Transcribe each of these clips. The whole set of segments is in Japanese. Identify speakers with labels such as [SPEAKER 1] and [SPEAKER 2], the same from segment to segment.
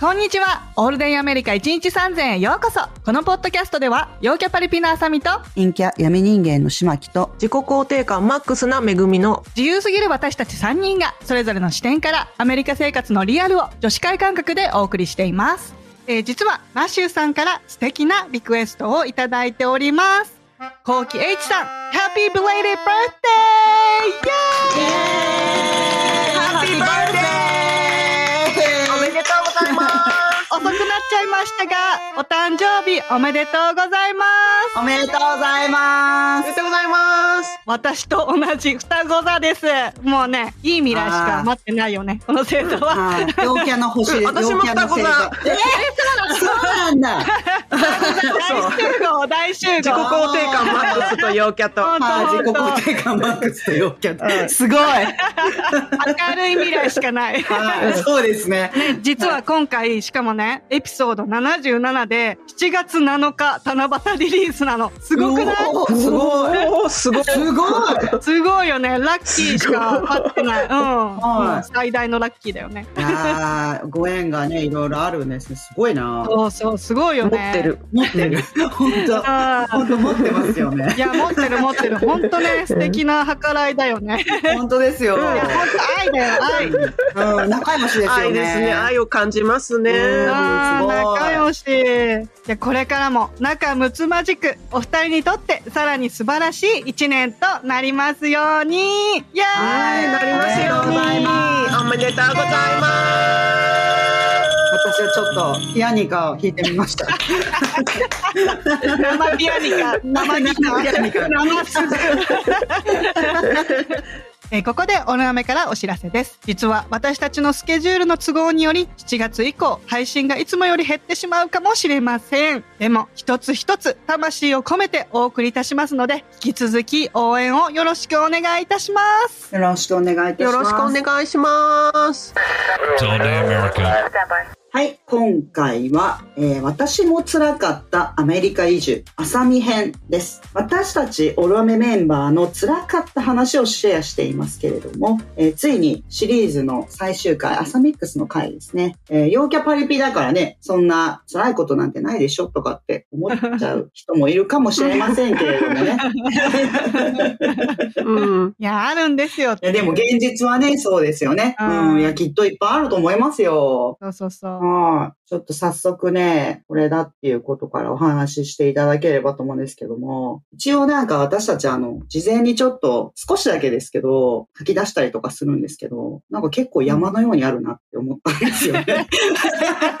[SPEAKER 1] こんにちは。オールデンアメリカ1日3000へようこそ。このポッドキャストでは、陽キャパリピのあさみと、
[SPEAKER 2] 陰キャ闇人間の島木と
[SPEAKER 3] 自己肯定感マックスな恵みの
[SPEAKER 1] 自由すぎる私たち3人が、それぞれの視点から、アメリカ生活のリアルを女子会感覚でお送りしています。えー実は、マシューさんから素敵なリクエストをいただいております。コウキ H さん、ハッピーブレイデーバースデーイエーイハッピーバースデ
[SPEAKER 3] ーおめでとうございます
[SPEAKER 1] 遅くなっちゃいましたが、お誕生日おめでとうございます。
[SPEAKER 2] おめでとうございま
[SPEAKER 3] おめでとうございます
[SPEAKER 1] 私と同じ双子座です。もうね、いい未来しか待ってないよね、この星座は。
[SPEAKER 2] はい、陽キャの星です。
[SPEAKER 3] うん 私も
[SPEAKER 2] 陽キャの星座え
[SPEAKER 3] 双
[SPEAKER 2] ー、そうなんだ。
[SPEAKER 1] 大集合、大集
[SPEAKER 3] 自己
[SPEAKER 1] 合。
[SPEAKER 3] 肯定感マックスと陽キャと
[SPEAKER 1] 本
[SPEAKER 2] はい、自己
[SPEAKER 1] 当本
[SPEAKER 2] 肯定感マックスと陽キャ。すごい。
[SPEAKER 1] 当明るい未来しかない。
[SPEAKER 2] はい、そうですね。
[SPEAKER 1] 実は今回、しかもね、エピソード77で、7月7日、七夕リリースなの。すごくない
[SPEAKER 2] おーすごい。
[SPEAKER 3] おーすごい
[SPEAKER 2] すごい。
[SPEAKER 1] すごいよね。ラッキーしか勝ってない。うん。
[SPEAKER 2] はい
[SPEAKER 1] うん最大のラッキーだよね。
[SPEAKER 2] いやーご縁がね、いろいろあるんですね。すごいな。
[SPEAKER 1] そうそう、すごいよ
[SPEAKER 3] 持っ
[SPEAKER 1] ね。
[SPEAKER 3] てる
[SPEAKER 2] 持ってる。 本当。
[SPEAKER 1] あー
[SPEAKER 2] 本当持ってますよね
[SPEAKER 1] い。や、持ってる持ってる。本 当ね、素敵な計らいだよね。
[SPEAKER 2] 本当ですよ。
[SPEAKER 1] いや、本当愛だよ、愛。
[SPEAKER 2] うん、仲良しですよね。
[SPEAKER 3] 愛ですね愛を感じます
[SPEAKER 2] う
[SPEAKER 3] ね
[SPEAKER 2] ん
[SPEAKER 1] あ
[SPEAKER 2] すごい
[SPEAKER 1] ー仲良し。じゃあこれからも仲睦まじく、お二人にとってさらに素晴らしい一年となりますように。イエーイ
[SPEAKER 2] はいなりますように
[SPEAKER 3] おめでとうございます
[SPEAKER 2] 私はちょっとピアニカを弾いてみま した。
[SPEAKER 1] 生ピアニカ、生ギター。
[SPEAKER 2] 生ピアニカ
[SPEAKER 1] 生鈴 えーここでオルナメからお知らせです。実は私たちのスケジュールの都合により7月以降配信がいつもより減ってしまうかもしれません。でも一つ一つ魂を込めてお送りいたしますので引き続き応援をよろしくお願いいたします。
[SPEAKER 2] よろしくお願いいたしま
[SPEAKER 3] よ
[SPEAKER 2] す。
[SPEAKER 3] ろしくお願いします
[SPEAKER 4] It's all day America.
[SPEAKER 2] はい、今回は、えー私も辛かったアメリカ移住、浅見編です。私たちオロアメメンバーの辛かった話をシェアしていますけれども、えーついにシリーズの最終回、アサミックスの回ですね。えー陽キャパリピだからね、そんな辛いことなんてないでしょとかって思っちゃう人もいるかもしれませんけれどもね。
[SPEAKER 3] うん
[SPEAKER 1] いや、あるんですよ。
[SPEAKER 2] いやでも現実はね、そうですよね。
[SPEAKER 1] うん
[SPEAKER 2] うん、いや、きっといっぱいあると思いますよ。
[SPEAKER 1] そうそうそう。
[SPEAKER 2] はい。ちょっと早速ね、これだっていうことからお話ししていただければと思うんですけども、一応なんか私たちあの、事前にちょっと少しだけですけど、書き出したりとかするんですけど、なんか結構山のようにあるなって思ったんですよね。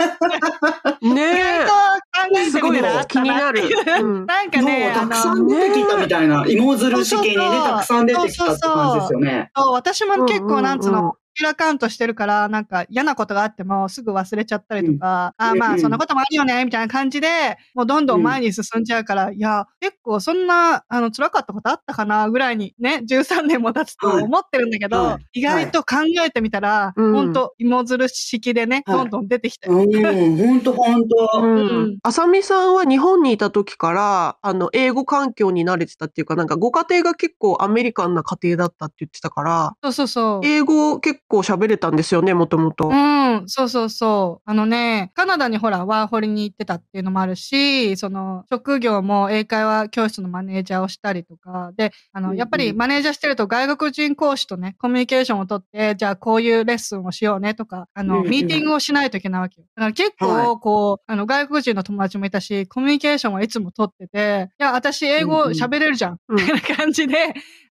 [SPEAKER 1] 意外と考
[SPEAKER 3] ね
[SPEAKER 1] え
[SPEAKER 3] す
[SPEAKER 1] て
[SPEAKER 3] ご
[SPEAKER 1] み
[SPEAKER 3] い
[SPEAKER 1] たらあった
[SPEAKER 3] 気になる、うん
[SPEAKER 1] なんかね、
[SPEAKER 2] もうたくさ
[SPEAKER 1] あの
[SPEAKER 2] ん出てきたみたいな、芋づる式にね、
[SPEAKER 1] そうそうそう
[SPEAKER 2] たくさん出てきたって感じですよね。
[SPEAKER 1] そう私も結構なんつう
[SPEAKER 3] うんうんうん
[SPEAKER 1] の、キラカウントしてるから、なんか嫌なことがあってもすぐ忘れちゃったりとか、
[SPEAKER 2] ん
[SPEAKER 1] あーま
[SPEAKER 2] うんう
[SPEAKER 1] あ
[SPEAKER 2] ん
[SPEAKER 1] そんなこともあるよね、みたいな感じで、もうどんどん前に進んじゃうから、いや、結構そんな、あの、辛かったことあったかな、ぐらいにね、13年も経つと
[SPEAKER 2] はい
[SPEAKER 1] 思ってるんだけど、
[SPEAKER 2] は
[SPEAKER 1] 意外と考えてみたら、
[SPEAKER 3] うん
[SPEAKER 1] ほんと芋づる式でね、
[SPEAKER 2] はい
[SPEAKER 1] どんどん出てきて。
[SPEAKER 2] うん、ほんとほん
[SPEAKER 3] う
[SPEAKER 2] と。
[SPEAKER 1] うん
[SPEAKER 3] ん。あさみさんは日本にいた時から、あの、英語環境に慣れてたっていうか、なんかご家庭が結構アメリカンな家庭だったって言ってたから、
[SPEAKER 1] そうそうそう。
[SPEAKER 3] 英語結構喋れたんですよね、もともと。
[SPEAKER 1] うん、そうそうそう。あのね、カナダにほら、ワーホリに行ってたっていうのもあるし、その、職業も英会話教室のマネージャーをしたりとか、で、あ
[SPEAKER 2] うんう
[SPEAKER 1] の、
[SPEAKER 2] ん
[SPEAKER 1] やっぱりマネージャーしてると外国人講師とね、コミュニケーションをとって、じゃあこういうレッスンをしようねとか、あ
[SPEAKER 2] うん
[SPEAKER 1] の、
[SPEAKER 2] うん
[SPEAKER 1] ミーティングをしないといけないわけよ。だから結
[SPEAKER 2] は
[SPEAKER 1] 構、こう、あの、外国人の友達もいたし、コミュニケーションはいつもとってて、いや、私英語喋れるじゃん、
[SPEAKER 3] うんうん
[SPEAKER 1] みたいな感じで、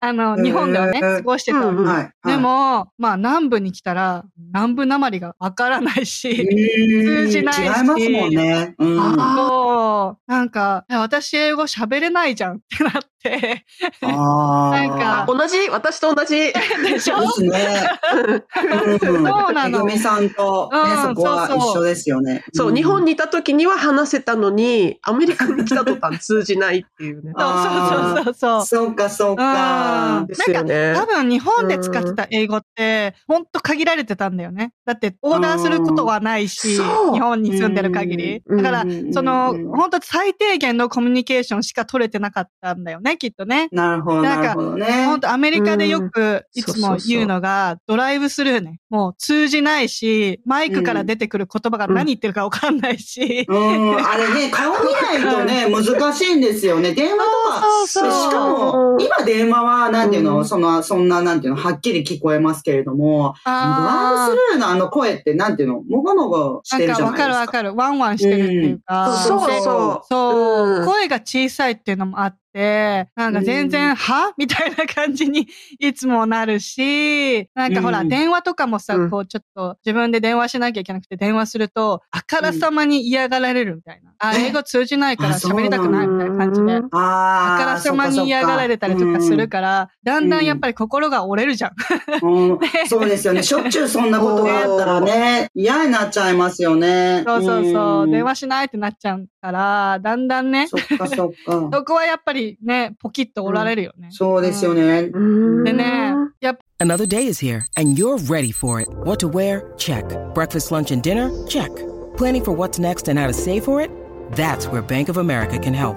[SPEAKER 1] あの、
[SPEAKER 2] うん
[SPEAKER 1] 日本ではね、過ごしてたわけ
[SPEAKER 3] うん
[SPEAKER 2] はい。
[SPEAKER 1] でも、まあ南部に来たら、南部なまりがわからない
[SPEAKER 2] はい、
[SPEAKER 1] し、
[SPEAKER 2] 通
[SPEAKER 1] 通じないし
[SPEAKER 2] 違いますもんね。うん。あ
[SPEAKER 3] あ
[SPEAKER 1] そう、なんか、え私英語喋れないじゃんってなって、
[SPEAKER 2] あー。
[SPEAKER 1] なんか
[SPEAKER 3] 同じ私と同じ。
[SPEAKER 1] で しょ
[SPEAKER 2] ですね。そう
[SPEAKER 1] そうなの
[SPEAKER 2] めぐみさんと、ね
[SPEAKER 1] うん
[SPEAKER 2] そこは
[SPEAKER 1] そうそう。
[SPEAKER 2] 一緒ですよね。
[SPEAKER 3] そう、
[SPEAKER 2] ん
[SPEAKER 3] 日本にいた時には話せたのに、アメリカに来た途端通じないっていう ね
[SPEAKER 1] そうそうそうそう。
[SPEAKER 2] そうか、そうか。
[SPEAKER 3] ですよね。
[SPEAKER 1] 多分日本で使ってた英語って、ほんと限られてたんだよね。だってオーダーすることはないし、
[SPEAKER 3] うんそう
[SPEAKER 1] 日本に住んでる限り。
[SPEAKER 3] うん
[SPEAKER 1] だから
[SPEAKER 2] う、ん
[SPEAKER 1] その、
[SPEAKER 2] うん
[SPEAKER 1] 本当最低限のコミュニケーションしか取れてなかったんだよね、ね、きっとね。
[SPEAKER 2] なるほど、
[SPEAKER 1] なん
[SPEAKER 2] な
[SPEAKER 1] か
[SPEAKER 2] るほど
[SPEAKER 1] 本
[SPEAKER 2] ね。
[SPEAKER 1] 当アメリカでよくいつ
[SPEAKER 3] そ
[SPEAKER 1] も
[SPEAKER 3] うそうそう
[SPEAKER 1] 言うのが、ドライブスルーね。もう通じないし、マイクから出てくる言葉が何言ってるかわかんないし。
[SPEAKER 2] うん、あれね、顔見ないとね、難しいんですよね。電話とか。
[SPEAKER 3] そ
[SPEAKER 2] で
[SPEAKER 3] う
[SPEAKER 2] しか
[SPEAKER 3] う
[SPEAKER 2] も、
[SPEAKER 3] ん
[SPEAKER 2] 今電話は、なんていうの、
[SPEAKER 3] うん
[SPEAKER 2] その、そんな、なんていうの、はっきり聞こえますけれども、ドラ
[SPEAKER 1] あ
[SPEAKER 2] ム
[SPEAKER 1] ー
[SPEAKER 2] スルーのあの声って、なんていうの、もごもごしてる
[SPEAKER 1] なん
[SPEAKER 2] じ
[SPEAKER 1] か
[SPEAKER 2] ゃ
[SPEAKER 1] わ
[SPEAKER 2] な
[SPEAKER 1] か
[SPEAKER 2] いです
[SPEAKER 1] る
[SPEAKER 2] か。
[SPEAKER 1] わかる。ワンワンしてるっていうか。
[SPEAKER 3] そうそうそう。
[SPEAKER 1] そう、
[SPEAKER 3] うん
[SPEAKER 1] 声が小さいっていうのもあって、なんか全然、
[SPEAKER 2] う
[SPEAKER 1] はみたいな感じに いつもなるし、なんかほら、
[SPEAKER 2] うん
[SPEAKER 1] 電話とかもさ、
[SPEAKER 3] うん
[SPEAKER 1] こうちょっと自分で電話しなきゃいけなくて電話すると、あからさまに嫌がられるみたいな。あ、
[SPEAKER 2] え
[SPEAKER 1] 英語通じないから
[SPEAKER 2] あそう
[SPEAKER 1] 喋りたくないみたいな感じで。
[SPEAKER 2] あ
[SPEAKER 1] あか
[SPEAKER 2] ー
[SPEAKER 1] らさまに嫌がられたりとかする。から、だんだんやっぱり心が折れるじゃん。
[SPEAKER 2] そっかそっかうんうんそうですよね。しょっちゅうそんなことがあったらね、嫌になっちゃいますよね。
[SPEAKER 1] そうそうそう、
[SPEAKER 2] ん
[SPEAKER 1] 電話しないってなっちゃうから、だんだんね、
[SPEAKER 2] そっかそっか。
[SPEAKER 1] そこはやっぱりね、ポキッと折られるよね。
[SPEAKER 2] そうですよね。
[SPEAKER 3] うん
[SPEAKER 1] でね、やっ
[SPEAKER 5] Another day is here, and you're ready for it. What to wear? Check. Breakfast, lunch, and dinner? Check. Planning for what's next and how to save for it? That's where Bank of America can help.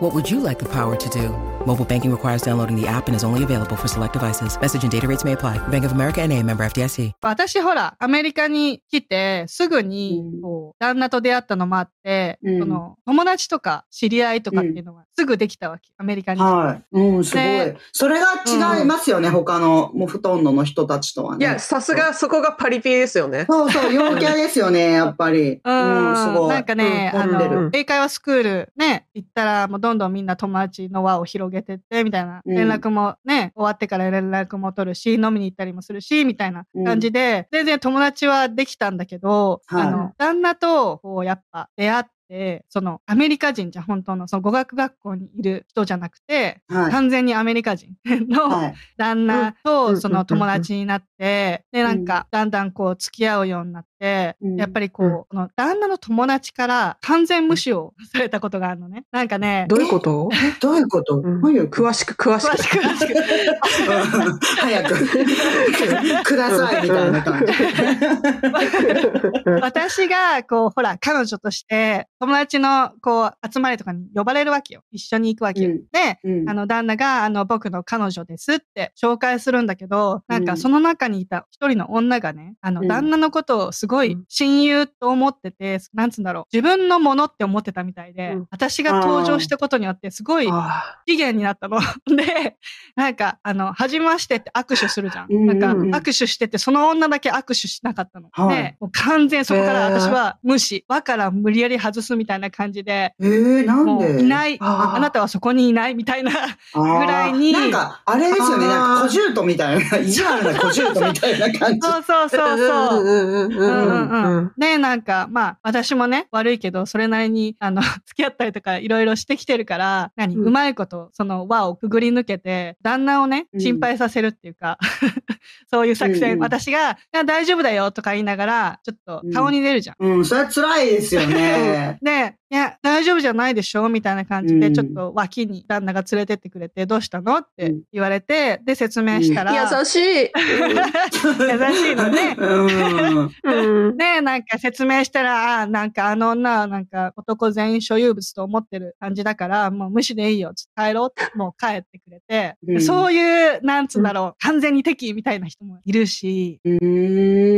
[SPEAKER 5] What would you like the power to do? Mobile banking requires downloading the app and is only available for select devices. Message and data rates may apply. Bank of America and a member FDIC.
[SPEAKER 1] 私ほら、アメリカに来て、すぐに
[SPEAKER 2] う、ん
[SPEAKER 1] こう、旦那と出会ったのもあって、
[SPEAKER 2] うん
[SPEAKER 1] その、友達とか知り合いとかっていうのがすぐできたわけ、アメリカに。
[SPEAKER 2] はい。うん、すごい
[SPEAKER 1] で。
[SPEAKER 2] それが違いますよね、他の、もうほとんどの人たちとはね。
[SPEAKER 3] いや、さすがそこがパリピですよね。
[SPEAKER 2] そうそう、陽キャですよね、やっぱり。
[SPEAKER 1] うん、
[SPEAKER 2] すごい。
[SPEAKER 1] なんかね、
[SPEAKER 2] うん
[SPEAKER 1] あ
[SPEAKER 2] 混んで
[SPEAKER 1] の
[SPEAKER 2] る、
[SPEAKER 1] 英会話スクールね、行ったら、もうどんどんみんな友達の輪を広げてって、みたいな、
[SPEAKER 2] うん
[SPEAKER 1] 連絡もね、終わってから連絡も取るし、飲みに行ったりもするし、みたいな感じで、全然友達はできたんだけど、
[SPEAKER 2] はい
[SPEAKER 1] あの、旦那と、こう、やっぱ出会って、そのアメリカ人じゃん本当のその語学学校にいる人じゃなくて
[SPEAKER 2] はい。
[SPEAKER 1] 完全にアメリカ人の、
[SPEAKER 2] はい。
[SPEAKER 1] 旦那
[SPEAKER 3] うん
[SPEAKER 1] と
[SPEAKER 3] うん
[SPEAKER 1] その友達になって、で、なん
[SPEAKER 2] う
[SPEAKER 1] か、だんだんこう、付き合うようになって、
[SPEAKER 2] うん
[SPEAKER 1] やっぱりこう、この旦那の友達から完全無視をされたことがあるのね。なんかね、
[SPEAKER 3] どういうこと
[SPEAKER 2] どういうこと
[SPEAKER 3] うん
[SPEAKER 2] どういうこと
[SPEAKER 3] 詳しく詳し
[SPEAKER 1] 詳
[SPEAKER 3] く。
[SPEAKER 1] しく詳しく。
[SPEAKER 2] うん早 く。ください、みたいな感じ。
[SPEAKER 1] 私が、こう、ほら、彼女として、友達の、こう、集まりとかに呼ばれるわけよ。一緒に行くわけよ。
[SPEAKER 2] うん
[SPEAKER 1] で、
[SPEAKER 2] うん
[SPEAKER 1] あの、旦那が、あの、僕の彼女ですって紹介するんだけど、なん
[SPEAKER 2] う
[SPEAKER 1] か
[SPEAKER 2] ん
[SPEAKER 1] その中にいた一人の女がね、あ
[SPEAKER 2] う
[SPEAKER 1] の、
[SPEAKER 2] ん
[SPEAKER 1] 旦那のことをすごい
[SPEAKER 3] うん
[SPEAKER 1] 親友と思ってて、なんつうんだろう、自分のものって思ってたみたいで、
[SPEAKER 3] うん
[SPEAKER 1] 私が登場したことによってすごい
[SPEAKER 3] あ
[SPEAKER 1] 不機嫌になったの。 で、なんか、あの、はじめましてって握手するじゃん。
[SPEAKER 2] うん
[SPEAKER 1] なんか、
[SPEAKER 3] うんうん
[SPEAKER 1] 握手してて、その女だけ握手しなかったの。
[SPEAKER 2] はい
[SPEAKER 1] で、もう完全そこから
[SPEAKER 3] へー
[SPEAKER 1] 私は無視、輪から無理やり外すみたいな感じで、
[SPEAKER 2] えー、なん
[SPEAKER 1] もう
[SPEAKER 2] で
[SPEAKER 1] いない、
[SPEAKER 3] あー
[SPEAKER 1] あなたはそこにいないみたいな。
[SPEAKER 2] ぐ
[SPEAKER 1] ぐらいに
[SPEAKER 2] なんか、あれですよね、
[SPEAKER 3] あー
[SPEAKER 2] なんか、小獣とみたいな、意地悪な小獣とみたいな感じ。
[SPEAKER 1] そうそうそうそう。
[SPEAKER 3] うんうんうんうんうん。
[SPEAKER 1] ねなんか、まあ、私もね、悪いけど、それなりに、あの、 付き合ったりとか、いろいろしてきてるから、何、
[SPEAKER 3] う
[SPEAKER 1] うんまいこと、その輪をくぐり抜けて、旦那をね、
[SPEAKER 2] うん
[SPEAKER 1] 心配させるっていうか、 そういう作戦、
[SPEAKER 2] うんうん
[SPEAKER 1] 私が、いや、大丈夫だよとか言いながら、ちょっと顔に出るじゃん。
[SPEAKER 2] うん、それは辛いですよ ね。
[SPEAKER 1] で、いや、大丈夫じゃないでしょみたいな感じで、
[SPEAKER 2] うん
[SPEAKER 1] ちょっと脇に旦那が連れてってくれて、どうしたのって言われて、で、説明したら、
[SPEAKER 3] 優しい。
[SPEAKER 1] 優しいのね
[SPEAKER 2] うん。
[SPEAKER 3] う ん
[SPEAKER 1] ねなんか説明したら、あーなんかあの女はなんか男全員所有物と思ってる感じだから、もう無視でいいよ、つって帰ろうって、 もう帰ってくれて、
[SPEAKER 2] うん
[SPEAKER 1] そういう、なんつうんだろう、完全に敵意みたいな人もいるし、
[SPEAKER 2] うん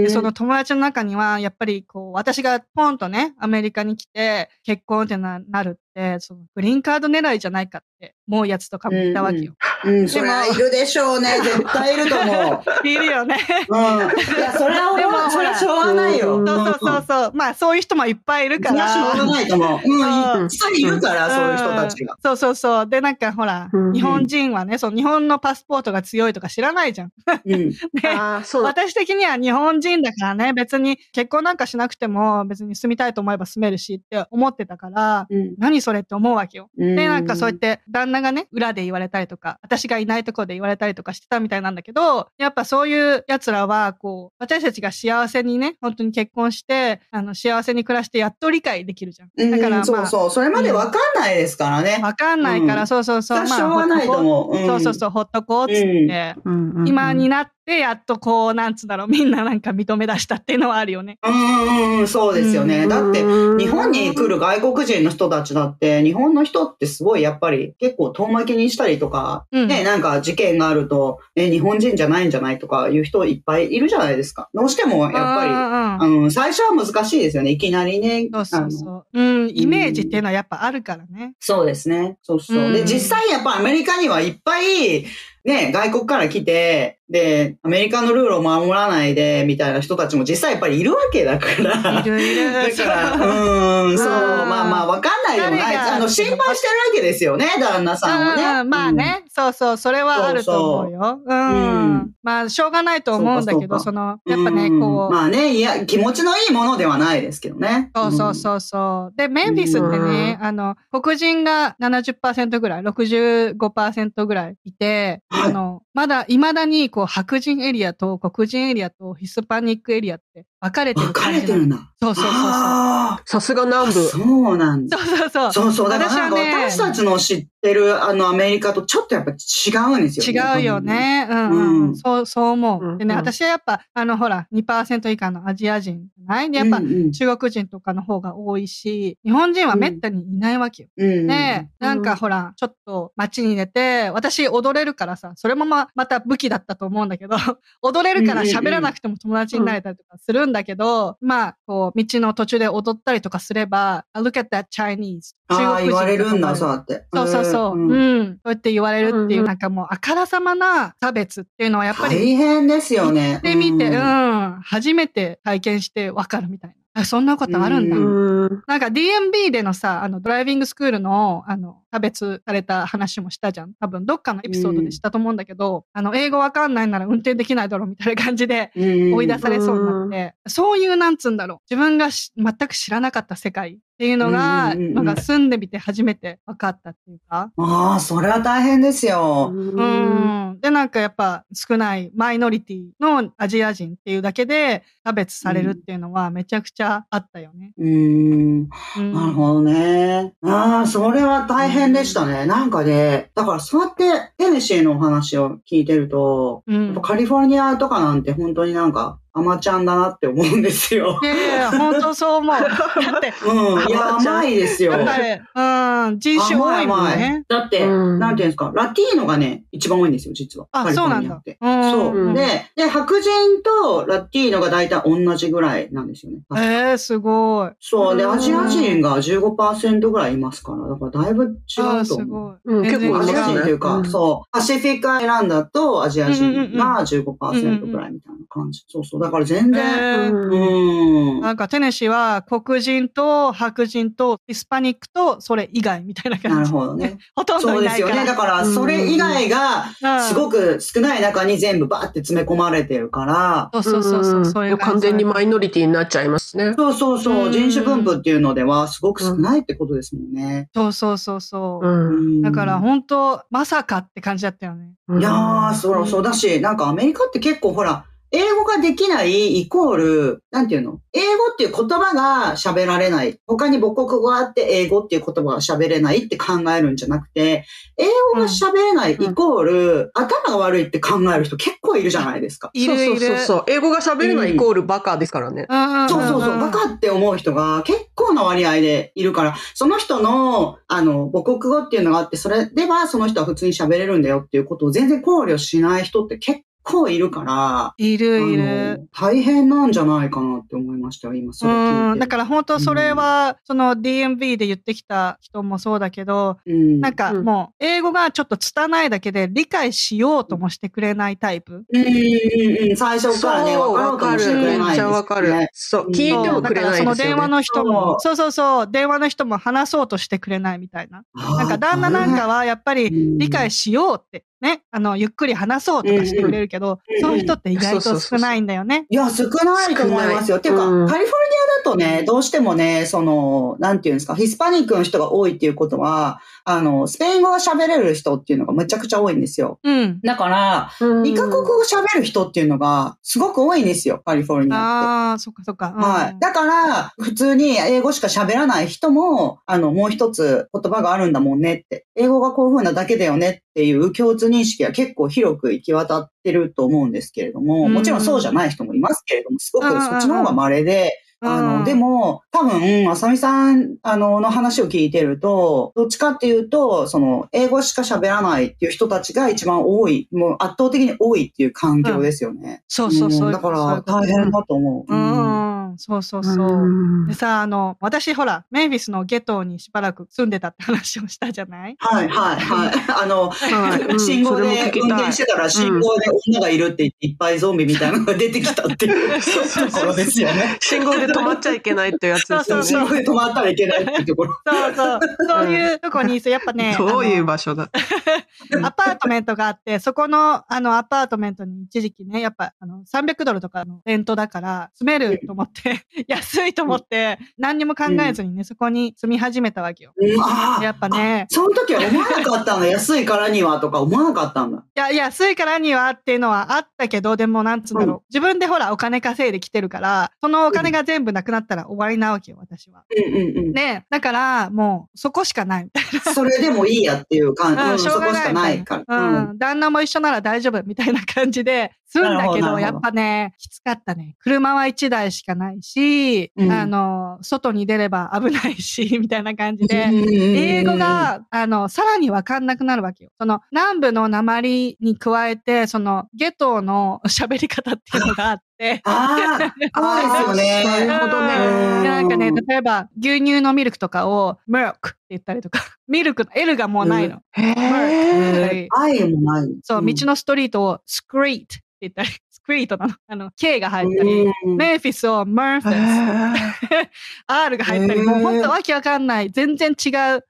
[SPEAKER 1] でその友達の中には、やっぱりこう、私がポンとね、アメリカに来て、結婚ってななるって、そのグリーンカード狙いじゃないかって、思うやつとかもいたわけよ。
[SPEAKER 2] うん、それはいるでしょうね。絶対いると思 う。
[SPEAKER 1] いるよね。
[SPEAKER 2] うん。いや、それは俺
[SPEAKER 1] でもほら
[SPEAKER 2] も、それはしょうがないよ。
[SPEAKER 3] うん
[SPEAKER 1] そうそうそうそう。まあ、そういう人もいっぱいいるか
[SPEAKER 2] それ
[SPEAKER 1] ら。
[SPEAKER 2] はしょうがないと思う。
[SPEAKER 1] う
[SPEAKER 2] うんん、実際いるから、そういう人たち
[SPEAKER 1] う
[SPEAKER 2] が
[SPEAKER 1] ん。そうそうそう。で、なんかほら、
[SPEAKER 3] うん
[SPEAKER 1] 日本人はね、その日本のパスポートが強いとか知らないじゃん。
[SPEAKER 2] うん。
[SPEAKER 3] ああ、そうだ。
[SPEAKER 1] 私的には日本人だからね、別に結婚なんかしなくても別に住みたいと思えば住めるしって思ってたから、
[SPEAKER 2] うん
[SPEAKER 1] 何それって思うわけよ。
[SPEAKER 2] で
[SPEAKER 1] で、なんかそうやって旦那がね、裏で言われたりとか、私がいないところで言われたりとかしてたみたいなんだけど、やっぱそういう奴らは、こう、私たちが幸せにね、本当に結婚して、あの、幸せに暮らしてやっと理解できるじゃん。だから、
[SPEAKER 2] うん、そう
[SPEAKER 1] ま
[SPEAKER 2] そう。それまでわかんないですからね
[SPEAKER 1] あ、。わかんないから、
[SPEAKER 2] うん
[SPEAKER 1] そうそうそう。
[SPEAKER 2] 多
[SPEAKER 1] まあ
[SPEAKER 2] 少はないと思う。
[SPEAKER 1] ほっとこうそうそう
[SPEAKER 2] う
[SPEAKER 1] そう、ほっとこうっつって。
[SPEAKER 3] うんうんうん
[SPEAKER 1] 今になって、やっとこう、なんつうんだろう、みんななんか認め出したっていうのはあるよね。
[SPEAKER 2] ん。うんうんうん、そうですよね。だって、日本に来る外国人の人たちだって、日本の人ってすごいやっぱり結構遠巻きにしたりとか、
[SPEAKER 1] うん
[SPEAKER 2] ね、なんか事件があると、え、日本人じゃないんじゃないとかいう人いっぱいいるじゃないですか。どうしてもやっぱ
[SPEAKER 1] ぱ
[SPEAKER 2] り、うん、最初は難しいですよね。いきなりね。
[SPEAKER 1] そうそう
[SPEAKER 2] あの
[SPEAKER 1] そう。うん、イメージっていうのはやっぱあるからね。
[SPEAKER 2] そうですね。そうそう。
[SPEAKER 1] うん
[SPEAKER 2] で、実際やっぱアメリカにはいっぱい、ね、外国から来て、で、アメリカのルールを守らないで、みたいな人たちも実際やっぱりいるわけだから。
[SPEAKER 1] いるいる。
[SPEAKER 2] だから、
[SPEAKER 1] そう
[SPEAKER 2] うーん、そう、
[SPEAKER 1] うん
[SPEAKER 2] まあまあ、わかんないでもない。
[SPEAKER 1] 誰が
[SPEAKER 2] あの、心配してるわけですよね、旦那さんもね。
[SPEAKER 1] うんまあね、そうそう、それはあると思うよ。うん。
[SPEAKER 2] うん
[SPEAKER 1] まあ、しょうがないと思うんだけど、そ
[SPEAKER 2] そう
[SPEAKER 1] の、
[SPEAKER 2] う
[SPEAKER 1] や
[SPEAKER 2] ん。
[SPEAKER 1] っぱね、
[SPEAKER 2] うん
[SPEAKER 1] こう、
[SPEAKER 2] まあね、いや、気持ちのいいものではないですけどね。
[SPEAKER 1] そうそうそうそう。で、メンフィスってね、あの、黒人が70%ぐらい、65%ぐらいいて、
[SPEAKER 2] はい
[SPEAKER 1] あの、まだ、未だに、こう、白人エリアと黒人エリアとヒスパニックエリアって分かれ
[SPEAKER 2] う
[SPEAKER 1] て
[SPEAKER 2] ん。
[SPEAKER 1] る
[SPEAKER 2] 分か
[SPEAKER 1] 感
[SPEAKER 2] れ
[SPEAKER 1] じ
[SPEAKER 2] て
[SPEAKER 1] なの
[SPEAKER 2] るんだ。
[SPEAKER 1] そうそうそうそう。
[SPEAKER 2] あ
[SPEAKER 3] さすが
[SPEAKER 2] ー
[SPEAKER 3] 南部。
[SPEAKER 2] そうなんだ。
[SPEAKER 1] そうそう そう。
[SPEAKER 2] そうそう。だからなんか
[SPEAKER 1] 私はね
[SPEAKER 2] 私たちの知ってるあのアメリカとちょっとやっぱ違うんですよね。
[SPEAKER 1] 違うよ。ね。うんうん、
[SPEAKER 2] うん
[SPEAKER 1] そう、そう思
[SPEAKER 3] うん
[SPEAKER 1] う。でね、
[SPEAKER 3] うん
[SPEAKER 1] 私はやっぱ、あの、ほら、2%以下のアジア人じゃないで、やっぱ、
[SPEAKER 2] うんうん
[SPEAKER 1] 中国人とかの方が多いし、日本人はめったにいないわけよ。
[SPEAKER 2] うんうん
[SPEAKER 1] ね、
[SPEAKER 3] うん
[SPEAKER 1] なんかほら、ちょっと街に出て、私踊れるからさ、それもま、また武器だったと思うんだけど、 踊れるから喋らなくても友達になれたりとかするんだけど、まあ、こう、道の途中で踊ったりとかすれば、あ look at that Chinese.
[SPEAKER 2] ああ、言われるんだ、そう
[SPEAKER 1] う
[SPEAKER 2] やって。
[SPEAKER 1] そうそうそう。うん
[SPEAKER 2] ん。
[SPEAKER 1] そうやって言われるっていうう、
[SPEAKER 3] ん
[SPEAKER 1] なんかもう、あからさまな差別っていうのはやっぱ
[SPEAKER 2] 大
[SPEAKER 1] り、
[SPEAKER 2] 変ですよね。
[SPEAKER 1] で見て、
[SPEAKER 2] う
[SPEAKER 1] うんん、初めて体験してわかるみたいな。あそんなことあるんだ。
[SPEAKER 3] うん
[SPEAKER 1] なんか DMB でのさ、あの、ドライビングスクールの、あの、差別された話もしたじゃん。多分、どっかのエピソードでしたと思うんだけど、あの、英語わかんないなら運転できないだろうみたいな感じで
[SPEAKER 2] うん
[SPEAKER 1] 追い出されそうになって、そういう、なんつうんだろう。自分がし全く知らなかった世界っていうのが、
[SPEAKER 2] うんうんうん
[SPEAKER 1] なんか住んでみて初めて分かったっていうか。
[SPEAKER 2] ああ、それは大変ですよ。
[SPEAKER 1] う。ん。で、なんかやっぱ少ないマイノリティのアジア人っていうだけで差別されるっていうのはめちゃくちゃあったよね。
[SPEAKER 2] うーん。
[SPEAKER 1] うん
[SPEAKER 2] なるほどね。ああ、それは大変でしたね。なんかね、だからそうやってテネシーのお話を聞いてると、
[SPEAKER 1] うん
[SPEAKER 2] やっぱカリフォルニアとかなんて本当になんか、甘ちゃんだなって思うんですよ
[SPEAKER 1] い。やいやいや、本当 そう思う。だって、
[SPEAKER 2] うん。いや、
[SPEAKER 3] 甘ちゃん
[SPEAKER 2] 甘いですよ。
[SPEAKER 1] やっぱり、うん、人種多いもんね。
[SPEAKER 2] だって、
[SPEAKER 3] うん
[SPEAKER 2] なんていうんですか、ラティーノがね、一番多いんですよ、実は。カ
[SPEAKER 1] あ、
[SPEAKER 2] リフ
[SPEAKER 1] そ
[SPEAKER 2] ォ
[SPEAKER 1] う
[SPEAKER 2] ル
[SPEAKER 1] なん
[SPEAKER 2] ニア
[SPEAKER 1] だ
[SPEAKER 2] って。。
[SPEAKER 1] うん
[SPEAKER 2] そう、
[SPEAKER 3] うん
[SPEAKER 2] で。で、白人とラティーノが大体同じぐらいなんですよね。
[SPEAKER 1] ええすごい。
[SPEAKER 2] そう。で、
[SPEAKER 3] うん
[SPEAKER 2] アジア人が15%ぐらいいますから、だからだいぶ違
[SPEAKER 1] あ
[SPEAKER 2] う
[SPEAKER 1] す
[SPEAKER 2] と思う。
[SPEAKER 1] ごい。
[SPEAKER 3] うん
[SPEAKER 1] 全然
[SPEAKER 3] 結構
[SPEAKER 2] アジア人というか、
[SPEAKER 3] うん
[SPEAKER 2] そう、パシフィックアイランダーとアジア
[SPEAKER 1] うんうん
[SPEAKER 2] 人
[SPEAKER 1] うん
[SPEAKER 2] が15%ぐらいみたいな感じ。そうそう。だから全然、
[SPEAKER 1] ええ
[SPEAKER 2] うん。
[SPEAKER 1] なんかテネシーは黒人と白人とヒスパニックとそれ以外みたいな
[SPEAKER 2] な
[SPEAKER 1] 感
[SPEAKER 2] る
[SPEAKER 1] じ。
[SPEAKER 2] ほど ね。
[SPEAKER 1] ほとん
[SPEAKER 2] そ
[SPEAKER 1] どい
[SPEAKER 2] うで
[SPEAKER 1] な
[SPEAKER 2] す
[SPEAKER 1] いか
[SPEAKER 2] よね。だ
[SPEAKER 1] ら。
[SPEAKER 2] から、それ以外が、すご
[SPEAKER 1] く。
[SPEAKER 2] く少ない中に全部バーって詰め込まれてるから、
[SPEAKER 1] そうそうそうそう。
[SPEAKER 3] ん
[SPEAKER 1] そういう感
[SPEAKER 3] 完
[SPEAKER 1] じ
[SPEAKER 3] 全にマイノリティになっちゃいますね。
[SPEAKER 2] そうそうそうう、
[SPEAKER 1] ん
[SPEAKER 2] 人種分布っていうのではすごく少ないってことですもんね。
[SPEAKER 1] そうそうそうそうう。
[SPEAKER 3] ん。
[SPEAKER 1] だから
[SPEAKER 2] うん
[SPEAKER 1] 本当、まさかって感じだったよね。
[SPEAKER 2] いやー、そらそうだし、なんかアメリカって結構ほら、英語ができないイコール、なんていうの英語っていう言葉が喋られない。他に母国語があって英語っていう言葉が喋れないって考えるんじゃなくて、英語が喋れないイコール、頭が悪いって考える人結構いるじゃないですか。
[SPEAKER 1] いるいる。
[SPEAKER 3] そうそうそうそう。英語が喋れないイコールバカですからね。
[SPEAKER 1] うんんん
[SPEAKER 2] そうそうそう、バカって思う人が結構な割合でいるから、その人の、あの、母国語っていうのがあって、それではその人は普通に喋れるんだよっていうことを全然考慮しない人って結構いるから、
[SPEAKER 1] いるい
[SPEAKER 2] あ
[SPEAKER 1] る。
[SPEAKER 2] の大変なんじゃないかなって思いましたよ、今それ聞
[SPEAKER 1] う
[SPEAKER 2] い
[SPEAKER 1] ん、
[SPEAKER 2] て。
[SPEAKER 1] だから本当それは、その DMV で言ってきた人もそうだけど、
[SPEAKER 2] うん、
[SPEAKER 1] なんか
[SPEAKER 3] うん
[SPEAKER 1] もう英語がちょっと拙いだけで理解しようともしてくれないタイプ。
[SPEAKER 2] うんうんうん、最初からね、
[SPEAKER 3] そう、
[SPEAKER 2] 分かろ
[SPEAKER 3] わ
[SPEAKER 2] うと
[SPEAKER 3] か
[SPEAKER 2] もし
[SPEAKER 3] る。
[SPEAKER 2] てくれないんで
[SPEAKER 3] めっ
[SPEAKER 2] す
[SPEAKER 3] ち
[SPEAKER 2] よ
[SPEAKER 3] ゃ
[SPEAKER 2] ね
[SPEAKER 3] わかる。そう、聞いてもくれない
[SPEAKER 1] そうだから
[SPEAKER 3] で
[SPEAKER 1] そ
[SPEAKER 3] す
[SPEAKER 1] の電
[SPEAKER 3] よ
[SPEAKER 1] 話
[SPEAKER 3] ね。
[SPEAKER 1] の人も、そうそうそう、電話の人も話そうとしてくれないみたいな。なんか旦那なんかはやっぱり理解しようってね、あの、ゆっくり話そうとかしてくれるけど、
[SPEAKER 2] うんうん
[SPEAKER 1] そういう人って意外
[SPEAKER 3] そうそ
[SPEAKER 1] と
[SPEAKER 3] うそ
[SPEAKER 1] 少
[SPEAKER 3] うそう
[SPEAKER 1] ないんだよね。
[SPEAKER 2] いや、少ないと思いますよ。っていうか、
[SPEAKER 3] うん
[SPEAKER 2] カリフォルニアだとね、どうしてもね、その、なんていうんですか、ヒスパニックの人が多いっていうことは、あの、スペイン語が喋れる人っていうのがむちゃくちゃ多いんですよ。
[SPEAKER 1] うん。
[SPEAKER 2] だから、
[SPEAKER 3] 二
[SPEAKER 2] 二カ国語を喋る人っていうのがすごく多いんですよ、カリフォルニアって。
[SPEAKER 1] ああ、そっかそっか。うん
[SPEAKER 2] はい。だから、普通に英語しか喋らない人も、あの、もう一つ言葉があるんだもんねって、英語がこういう風なだけだよねっていう共通認識が結構広く行き渡ってると思うんですけれども、
[SPEAKER 1] うん
[SPEAKER 2] もちろんそうじゃない人もいますけれども、すご
[SPEAKER 1] う
[SPEAKER 2] く
[SPEAKER 1] んうんうん
[SPEAKER 2] そっちの方が稀で、あの、で、も、多分、あさみさん、あの、の話を聞いてると、どっちかっていうと、その、英語しか喋らないっていう人たちが一番多い、もう圧倒的に多いっていう環境ですよね。
[SPEAKER 1] そうそうそう。
[SPEAKER 2] んだか
[SPEAKER 1] そういう
[SPEAKER 2] ら、
[SPEAKER 1] こと
[SPEAKER 2] 大変だと思う。
[SPEAKER 1] う
[SPEAKER 2] う
[SPEAKER 1] ん、
[SPEAKER 2] ん
[SPEAKER 1] そうそうそう。でさ、あの、私ほら、メイビスのゲトにしばらく住んでたって話をしたじゃない
[SPEAKER 2] はいはいはい。 あの、
[SPEAKER 3] はいうん
[SPEAKER 2] 信号
[SPEAKER 3] それも
[SPEAKER 2] で
[SPEAKER 3] 聞き
[SPEAKER 2] 運
[SPEAKER 3] たい
[SPEAKER 2] 転してたら信号で女がいるって言っていっぱいゾンビみたいなのが出てきたっていうところですよね。
[SPEAKER 3] 信号で止まっちゃいけないってやつです
[SPEAKER 1] そうそ
[SPEAKER 3] よ
[SPEAKER 1] う
[SPEAKER 2] 信
[SPEAKER 3] ね。
[SPEAKER 2] 号で止まったらいけないっていうところ。
[SPEAKER 1] そうそう。そういうとこに、そうやっぱね、
[SPEAKER 3] どういう
[SPEAKER 1] あ
[SPEAKER 3] 場所だ。
[SPEAKER 1] のアパートメントがあって、そこの、あの、アパートメントに一時期ね、やっぱ、あの、300ドルとかのレントだから、住めると思って、 安いと思って、何にも考えずにね、そこに住み始めたわけよ。
[SPEAKER 2] うんあー
[SPEAKER 1] やっぱね、
[SPEAKER 2] その時は思わなかったんだ。安いからにはとか思わなかったんだ。
[SPEAKER 1] いや、安いからにはっていうのはあったけど、でもなんつうんだろう。自分でほら、お金稼いできてるから、そのお金が全部なくなったら終わりなわけよ、私は。
[SPEAKER 2] うんうんうん。
[SPEAKER 1] ねだから、もう、そこしかない。
[SPEAKER 2] それでもいいやっていう感じ、
[SPEAKER 1] う
[SPEAKER 2] うんん、
[SPEAKER 1] し
[SPEAKER 2] そ
[SPEAKER 1] ょう
[SPEAKER 2] こ
[SPEAKER 1] が
[SPEAKER 2] し
[SPEAKER 1] ない
[SPEAKER 2] か
[SPEAKER 1] みた
[SPEAKER 2] ない
[SPEAKER 1] な
[SPEAKER 2] いから。うん。
[SPEAKER 1] うん、旦那も一緒なら大丈夫みたいな感じで済んだけど
[SPEAKER 2] なるほどなるほど
[SPEAKER 1] やっぱねきつかったね車は1台しかないし、
[SPEAKER 2] うん
[SPEAKER 1] あの外に出れば危ないし みたいな感じで。英
[SPEAKER 2] 英
[SPEAKER 1] 語、が、あの、さらにわかんなくなるわけよ。その、南部の鉛に加えて、その、ゲトの喋り方っていうのがあって、
[SPEAKER 2] ああ、そうですよね。
[SPEAKER 3] なるほど
[SPEAKER 1] で
[SPEAKER 2] うん
[SPEAKER 3] ね。
[SPEAKER 1] なんかね、例えば、牛乳のミルクとかを、ミルクって言ったりとか、 ミルクの L がもうないの。
[SPEAKER 3] へー
[SPEAKER 2] 愛もない。
[SPEAKER 1] そう、道
[SPEAKER 2] の
[SPEAKER 1] のストリートをスクリートって言ったり、 スクリートなの。あの、K が入ったり、メーフィスをマーフ
[SPEAKER 3] へ
[SPEAKER 1] ィス、
[SPEAKER 3] ー
[SPEAKER 1] R が入ったり、
[SPEAKER 2] へー
[SPEAKER 1] もう本当わけわかんない、全然違う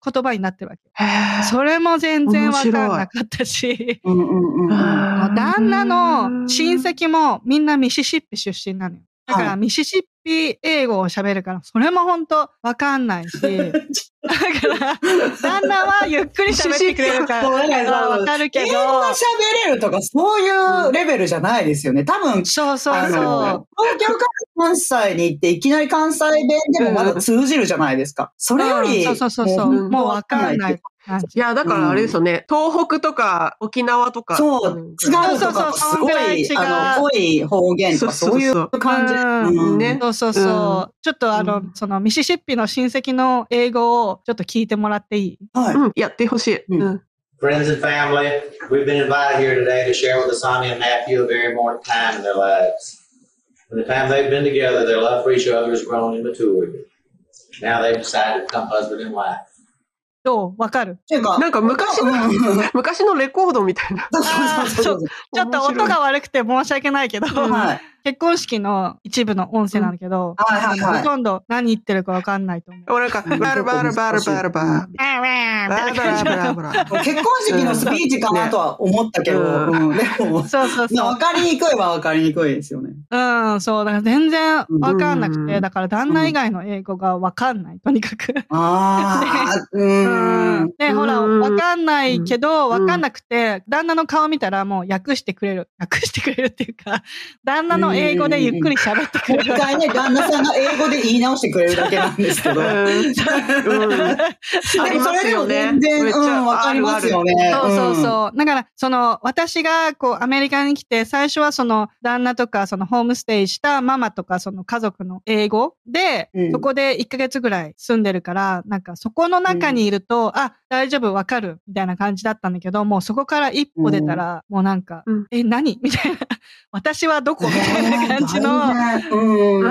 [SPEAKER 1] 言葉になってるわけ。
[SPEAKER 3] へー
[SPEAKER 1] それも全然わかんなかったし、
[SPEAKER 2] うんうんうん。あ
[SPEAKER 1] もう旦那の親
[SPEAKER 3] 戚
[SPEAKER 1] 戚もみんなミシシッピ出身なのよ。だから
[SPEAKER 2] は
[SPEAKER 1] ミシシッピ英語を喋るから、それも本当わかんないし、だから、旦那はゆっくり喋ってくれるから、
[SPEAKER 2] そうだから
[SPEAKER 1] わかるけど
[SPEAKER 2] 英語が喋れるとか、そういうレベルじゃないですよね。多分、
[SPEAKER 1] そうそう
[SPEAKER 2] あ
[SPEAKER 1] そう
[SPEAKER 2] の。、東京から関西に行って、いきなり関西弁でもまだ通じるじゃないですか。それより、
[SPEAKER 1] うんそうそうそうそう
[SPEAKER 2] も
[SPEAKER 1] もうわかんない。感
[SPEAKER 3] い
[SPEAKER 1] じ。
[SPEAKER 3] や、だからあれですよね、東北とか沖縄とか。
[SPEAKER 2] そう、違うと
[SPEAKER 1] うそう
[SPEAKER 2] か、す
[SPEAKER 1] そん
[SPEAKER 2] ご
[SPEAKER 1] ぐらい違
[SPEAKER 2] い、
[SPEAKER 1] う
[SPEAKER 2] あの、濃い方言とか、
[SPEAKER 3] そう
[SPEAKER 2] そ
[SPEAKER 3] そ
[SPEAKER 2] ううい
[SPEAKER 3] そう
[SPEAKER 2] う感じ。
[SPEAKER 1] うん
[SPEAKER 2] うん
[SPEAKER 3] ね
[SPEAKER 1] そうそうそう。ちょっとあの、
[SPEAKER 3] うん
[SPEAKER 1] そのミシシッピの親戚の英語をちょっと聞いてもらっていい
[SPEAKER 2] はい。
[SPEAKER 3] うん、やってほしい。
[SPEAKER 2] うん
[SPEAKER 3] うん。
[SPEAKER 6] Friends and family, we've been invited here today to share with Asami and Matthew a very important time in their lives. From the time they've been together, their love for each other has grown and matured. Now they've decided to become husband and wife.
[SPEAKER 1] どうわかる
[SPEAKER 2] ていうか、
[SPEAKER 3] なんか昔の
[SPEAKER 2] うんそう
[SPEAKER 3] 昔のレコードみたいな。
[SPEAKER 2] そうそうそう。
[SPEAKER 1] ちょっと音が悪くて申し訳ないけど、
[SPEAKER 2] はい。
[SPEAKER 1] 結婚式の一部の音声なんだけど、
[SPEAKER 2] はいはいは
[SPEAKER 1] ほ
[SPEAKER 2] い。
[SPEAKER 1] とんど何言ってるかわかんないと思う。
[SPEAKER 3] 俺なんか、バラバラバラバラバラ。
[SPEAKER 1] あ
[SPEAKER 3] バラバラバラバラ。
[SPEAKER 2] 結婚式のスピーチかなとは思ったけど、
[SPEAKER 3] う
[SPEAKER 2] うんでも、
[SPEAKER 1] そうそう
[SPEAKER 2] まあ
[SPEAKER 1] そう
[SPEAKER 2] わ。かりにくいはわかりにくいですよね。
[SPEAKER 1] うん、そう。だから全然わかんなくて、
[SPEAKER 3] うん
[SPEAKER 1] だから旦那以外の英語がわかんない。とにかく。
[SPEAKER 2] ああ、うーん。
[SPEAKER 1] ね、ほら、
[SPEAKER 3] うん
[SPEAKER 1] わかんないけど、
[SPEAKER 3] う
[SPEAKER 1] わ
[SPEAKER 3] ん
[SPEAKER 1] かんなくて、旦那の顔見たらもう訳してくれる。訳してくれるっていうか、旦那の英語でゆっくり喋ってく
[SPEAKER 2] も
[SPEAKER 1] れ
[SPEAKER 2] う一
[SPEAKER 1] る。
[SPEAKER 2] 回ね、旦那さんが英語で言い直してくれるだけなんですけど。で
[SPEAKER 3] うん
[SPEAKER 2] も
[SPEAKER 3] ありま
[SPEAKER 2] そ
[SPEAKER 3] す
[SPEAKER 2] れで
[SPEAKER 3] よ
[SPEAKER 2] も
[SPEAKER 3] ね。
[SPEAKER 2] 全然、
[SPEAKER 3] めっちゃ
[SPEAKER 2] うん、わかりますよね。
[SPEAKER 1] そうそう
[SPEAKER 2] うん。
[SPEAKER 1] そう。だから、その、私が、こう、アメリカに来て、最初はその、旦那とか、その、ホームステイしたママとか、その、家族の英語で、
[SPEAKER 2] うん
[SPEAKER 1] そこで1ヶ月ぐらい住んでるから、なんか、そこの中にいると、あ、大丈夫、わかる、みたいな感じだったんだけど、もうそこから一歩出たら、もうなんか、
[SPEAKER 3] うん
[SPEAKER 1] え、何 みたいな。私はどこみたいな感じの。うん
[SPEAKER 2] ねうん。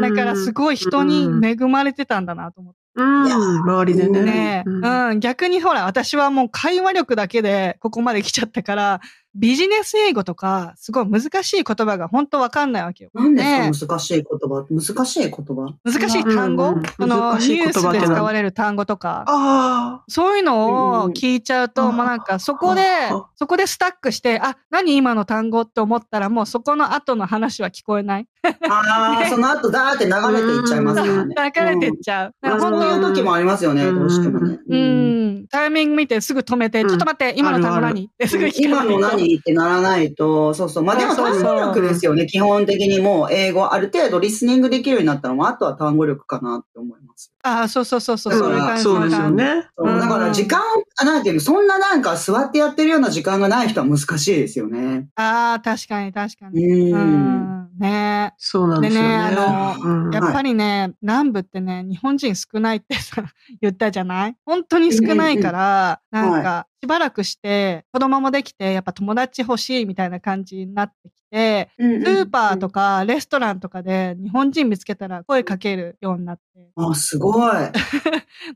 [SPEAKER 1] だからすごい人に恵まれてたんだなと思って。
[SPEAKER 3] うん、周りでね。
[SPEAKER 1] ねえ、うん、逆にほら、私はもう会話力だけでここまで来ちゃったから、ビジネス英語とか、すごい難しい言葉が本当わかんないわけよ。
[SPEAKER 2] 何で
[SPEAKER 1] ね
[SPEAKER 2] すか、難しい言葉。難しい言葉。
[SPEAKER 1] 難しい単
[SPEAKER 3] う
[SPEAKER 1] 語
[SPEAKER 3] んうん
[SPEAKER 1] この
[SPEAKER 3] 難しい
[SPEAKER 1] ニュ
[SPEAKER 3] 言葉
[SPEAKER 1] ース
[SPEAKER 3] ってなんだ
[SPEAKER 1] で使われる単語とか、
[SPEAKER 3] あ
[SPEAKER 1] そういうのを聞いちゃう
[SPEAKER 3] うん
[SPEAKER 1] と、
[SPEAKER 3] うん
[SPEAKER 1] もうなんかそこで
[SPEAKER 3] うん、
[SPEAKER 1] そこでスタックして、あ、何今の単語って思ったらもうそこの後の話は聞こえない。
[SPEAKER 2] ああ、その後、だーって流れていっちゃいますからね。
[SPEAKER 1] 流れてっちゃう。
[SPEAKER 2] うん
[SPEAKER 1] だ
[SPEAKER 2] ま
[SPEAKER 1] か
[SPEAKER 2] あ
[SPEAKER 1] ら
[SPEAKER 2] そう
[SPEAKER 1] 本
[SPEAKER 2] い
[SPEAKER 1] 当
[SPEAKER 2] う時もありますよね、
[SPEAKER 3] うん
[SPEAKER 2] どうしてもね。
[SPEAKER 1] う
[SPEAKER 2] うん
[SPEAKER 1] ん、タイミング見てすぐ止めて、
[SPEAKER 3] うん
[SPEAKER 1] ちょっと待って、今の単語
[SPEAKER 3] あるある
[SPEAKER 1] 何ってすぐ聞か
[SPEAKER 2] 今
[SPEAKER 1] ない
[SPEAKER 2] の何ってならないと、そうそう。まあでも
[SPEAKER 1] そうそう
[SPEAKER 2] 単語力ですよね。基本的にもう英語ある程度リスニングできるようになったら、もうあとは単語力かなって思います。
[SPEAKER 1] ああ、そうそうそうそう、
[SPEAKER 2] だ
[SPEAKER 1] そ
[SPEAKER 2] か
[SPEAKER 1] ういう
[SPEAKER 2] ら
[SPEAKER 1] 感
[SPEAKER 3] あ、
[SPEAKER 1] じ。
[SPEAKER 3] そうですよね。
[SPEAKER 2] そうだから時間、あなんていうの、そんななんか座ってやってるような時間がない人は難しいですよね。
[SPEAKER 1] ああ、確かに確か
[SPEAKER 2] う。
[SPEAKER 1] に。うんん、ね
[SPEAKER 3] そうなんですよ
[SPEAKER 1] でね
[SPEAKER 3] ね。
[SPEAKER 1] あ
[SPEAKER 3] うん
[SPEAKER 1] えやっぱりね、南部ってね、日本人少ないってさ、 言ったじゃない本当に少ないから、
[SPEAKER 2] んうんうん
[SPEAKER 1] なんか、しばらくして、子供もできて、やっぱ友達欲しいみたいな感じになってきて、
[SPEAKER 2] ス
[SPEAKER 1] スーパーとかレストランとかで日本人見つけたら声かけるようになって、
[SPEAKER 2] あ、すごい。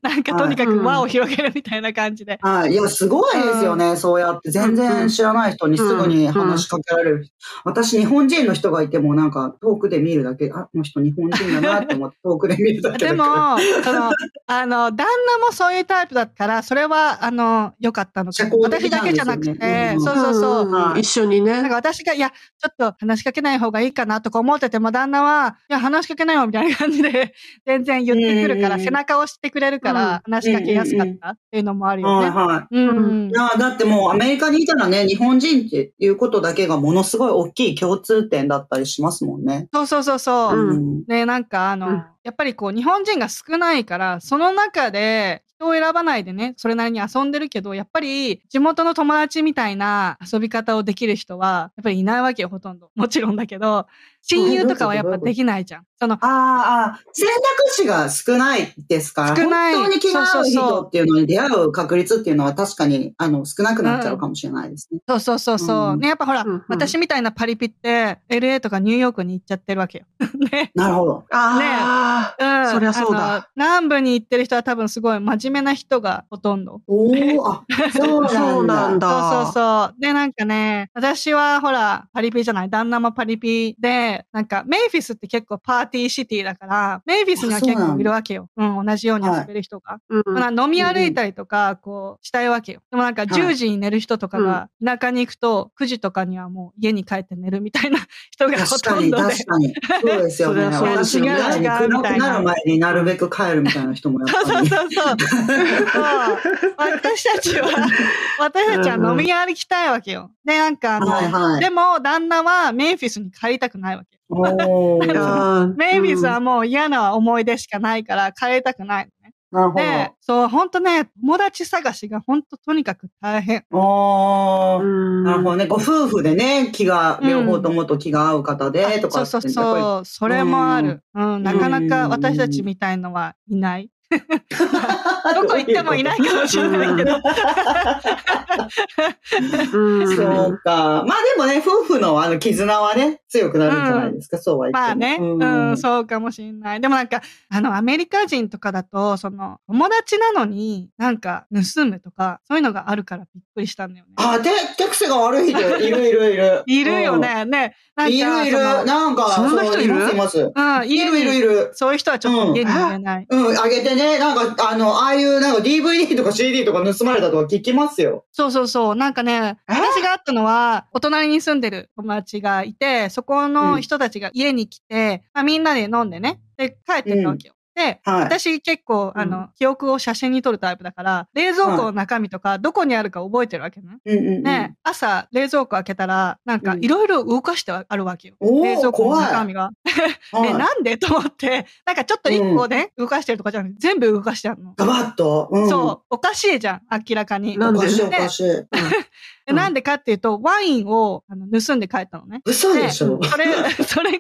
[SPEAKER 1] なんかとにかく
[SPEAKER 3] はい
[SPEAKER 1] 輪を広げるみたいな感じで。
[SPEAKER 2] はい。いや、すごいですよね。そうやって。全然知らない人にすぐに話しかけられる。私、日本人の人がいても、なんか、遠くで見るだけ、あ、この人日本人だなって思って、遠くで見るだ け
[SPEAKER 1] で
[SPEAKER 2] だから。
[SPEAKER 1] も、その、あの、旦那もそういうタイプだったから、それは、あの、良かったのか
[SPEAKER 2] 社交
[SPEAKER 1] 私
[SPEAKER 2] 的な
[SPEAKER 1] だ
[SPEAKER 2] んで
[SPEAKER 1] け
[SPEAKER 2] す
[SPEAKER 1] じ
[SPEAKER 2] よ
[SPEAKER 1] ゃ
[SPEAKER 2] ね
[SPEAKER 1] なく
[SPEAKER 2] う
[SPEAKER 1] て、
[SPEAKER 2] ん
[SPEAKER 1] そうそうそう。
[SPEAKER 2] んはい
[SPEAKER 3] 一緒に
[SPEAKER 1] なん
[SPEAKER 3] ね
[SPEAKER 1] か。私が、いや、ちょっと話しかけない方がいいかなとか思ってても、旦那は、いや、話しかけないよみたいな感じで、 全然言ってくるか
[SPEAKER 2] う
[SPEAKER 1] ら、
[SPEAKER 2] ん
[SPEAKER 1] 背中を押してくれるから、話しかけやすかったっていうのもあるよ
[SPEAKER 2] はい
[SPEAKER 1] ね。
[SPEAKER 2] はい。
[SPEAKER 1] うん
[SPEAKER 3] うん
[SPEAKER 1] うん
[SPEAKER 2] い。やだってもうアメリカにいたらね、日本人っていうことだけがものすごい大きい共通点だったりしますもんね。
[SPEAKER 1] そうそうそうそう。
[SPEAKER 3] うん
[SPEAKER 1] ね、なんかあの、
[SPEAKER 3] うん
[SPEAKER 1] やっぱりこう日本人が少ないから、その中で人を選ばないでね、それなりに遊んでるけど、やっぱり地元の友達みたいな遊び方をできる人は、やっぱりいないわけよ、ほとんど。もちろんだけど、親友とかはやっぱできないじゃん。その、
[SPEAKER 2] あーあー、選択肢が少ないですから、
[SPEAKER 1] 少ない
[SPEAKER 2] 本当に気が合う
[SPEAKER 1] そうそうそ
[SPEAKER 2] 人
[SPEAKER 1] う
[SPEAKER 2] っていうのに出会う確率っていうのは確かにあの少なくなっちゃうかもしれないですね。
[SPEAKER 1] そうそうそうそう。
[SPEAKER 2] うん
[SPEAKER 1] ね、やっぱほら、
[SPEAKER 3] うんうん
[SPEAKER 1] 私みたいなパリピって、LA とかニューヨークに行っちゃってるわけよ。ね。
[SPEAKER 2] なるほど。
[SPEAKER 3] あ
[SPEAKER 1] うん。
[SPEAKER 3] そりゃそうだ
[SPEAKER 1] あの南部に行ってる人は多分すごい真面目な人がほとんど。
[SPEAKER 2] おお、あ、そう
[SPEAKER 3] あ、
[SPEAKER 2] なん
[SPEAKER 3] そう
[SPEAKER 2] だ。
[SPEAKER 3] なんだ。
[SPEAKER 1] そうそうそう。で、なんかね、私はほら、パリピじゃない、旦那もパリピで、なんか、メイフィスって結構パーティーシティだから、メイフィスには結
[SPEAKER 2] あそうなん
[SPEAKER 1] 構
[SPEAKER 2] だ
[SPEAKER 1] いるわけよ。うん、同じように遊べる人が。
[SPEAKER 3] うん。
[SPEAKER 1] まあ飲み歩いたりとか、こう、したいわけよ。でもなんか、
[SPEAKER 2] い
[SPEAKER 1] 10時に寝る人とかが、田舎に行くと、9時とかにはもう家に帰って寝るみたいな 人がほ
[SPEAKER 2] 確か
[SPEAKER 1] と
[SPEAKER 2] に、
[SPEAKER 1] んどで
[SPEAKER 2] 確。かに。そうですよね。
[SPEAKER 3] そりゃ
[SPEAKER 2] 私
[SPEAKER 3] そう
[SPEAKER 2] み
[SPEAKER 3] だ
[SPEAKER 2] たいに
[SPEAKER 1] 違う違う
[SPEAKER 2] 暗くなる前になるべく帰るみたいな人もやっぱ
[SPEAKER 1] そう
[SPEAKER 2] り。
[SPEAKER 1] そうそう。そう私たち は、私たちは飲み歩きたいわけよ。で、なんかあの、
[SPEAKER 2] はいはい。
[SPEAKER 1] でも、旦那はメイフィスに帰りたくないわけ。
[SPEAKER 2] おお、
[SPEAKER 3] いや
[SPEAKER 2] な
[SPEAKER 3] ー
[SPEAKER 1] メイフィスはもう嫌な思い出しかないから帰りたくないのね。
[SPEAKER 2] るほ
[SPEAKER 1] で、そう、ほんとね、友達探しがほんととにかく大変。
[SPEAKER 2] ど。おお。
[SPEAKER 3] うん
[SPEAKER 2] なるほどね。ご夫婦でね、気が、
[SPEAKER 1] うん
[SPEAKER 2] 両方ともと気が合う方で、とか
[SPEAKER 1] そう
[SPEAKER 2] って
[SPEAKER 1] そう
[SPEAKER 2] やっ
[SPEAKER 1] そう、それもある。うん、なかなか
[SPEAKER 2] うん
[SPEAKER 1] 私たちみたいのはいない。
[SPEAKER 2] ぱ り
[SPEAKER 1] どこ行ってもいないかもしれないけど。
[SPEAKER 3] うん
[SPEAKER 2] そうか。まあでもね、夫婦のあの絆はね、強くなるんじゃないですか、そうは言って も。
[SPEAKER 1] まあね、
[SPEAKER 2] うん
[SPEAKER 1] うん、そうかもしんない。でもなんか、あの、アメリカ人とかだと、その、友達なのになんか盗むとか、そういうのがあるからびっくりしたんだよね。。
[SPEAKER 2] あ、手、手癖が悪い人、いるいるいる
[SPEAKER 1] いるよね。ね。なん
[SPEAKER 2] うん。
[SPEAKER 1] か
[SPEAKER 2] いるいる。
[SPEAKER 1] その
[SPEAKER 2] なんか、
[SPEAKER 3] そんな人
[SPEAKER 2] う
[SPEAKER 3] いる
[SPEAKER 2] ますいます。
[SPEAKER 1] うん、
[SPEAKER 2] い
[SPEAKER 1] 家
[SPEAKER 2] るいるい
[SPEAKER 1] に、
[SPEAKER 2] る。
[SPEAKER 1] そういう人はちょっと家に入れない。
[SPEAKER 2] うん、あげてね、なんか、あの、ああいう、なんか DVD とか CD とか盗まれたとか聞きますよ。
[SPEAKER 1] そうそうそう。なんかね、
[SPEAKER 3] え
[SPEAKER 1] 私があったのは、お隣に住んでる友達がいて、そこの人たちが家に来て、まあ、みんなで飲んでね、で、帰ってったわけよ。で、
[SPEAKER 2] はい。
[SPEAKER 1] 私結構、あの、記憶を写真に撮るタイプだから、冷蔵庫の中身とか、どこにあるか覚えてるわけね。
[SPEAKER 2] うんうんうん
[SPEAKER 1] ね、朝、冷蔵庫開けたら、なんか、
[SPEAKER 2] うん
[SPEAKER 1] いろいろ動かしてあるわけよ。
[SPEAKER 2] おー
[SPEAKER 1] 冷蔵庫の中身が。
[SPEAKER 2] 怖い。
[SPEAKER 1] え、
[SPEAKER 2] はい
[SPEAKER 1] なんでと 思って、なんかちょっと一個ね、動かしてるとかじゃなくて、全部動かしてあるの。
[SPEAKER 2] ガバッと。うん。
[SPEAKER 1] そう、おかしいじゃん、明らかに。
[SPEAKER 3] な
[SPEAKER 2] お
[SPEAKER 3] んで
[SPEAKER 2] かしいおかしい。
[SPEAKER 1] でなんでかっていうと、ワインをあの盗んで帰ったのね。
[SPEAKER 2] 嘘でしょ。
[SPEAKER 1] それ、それが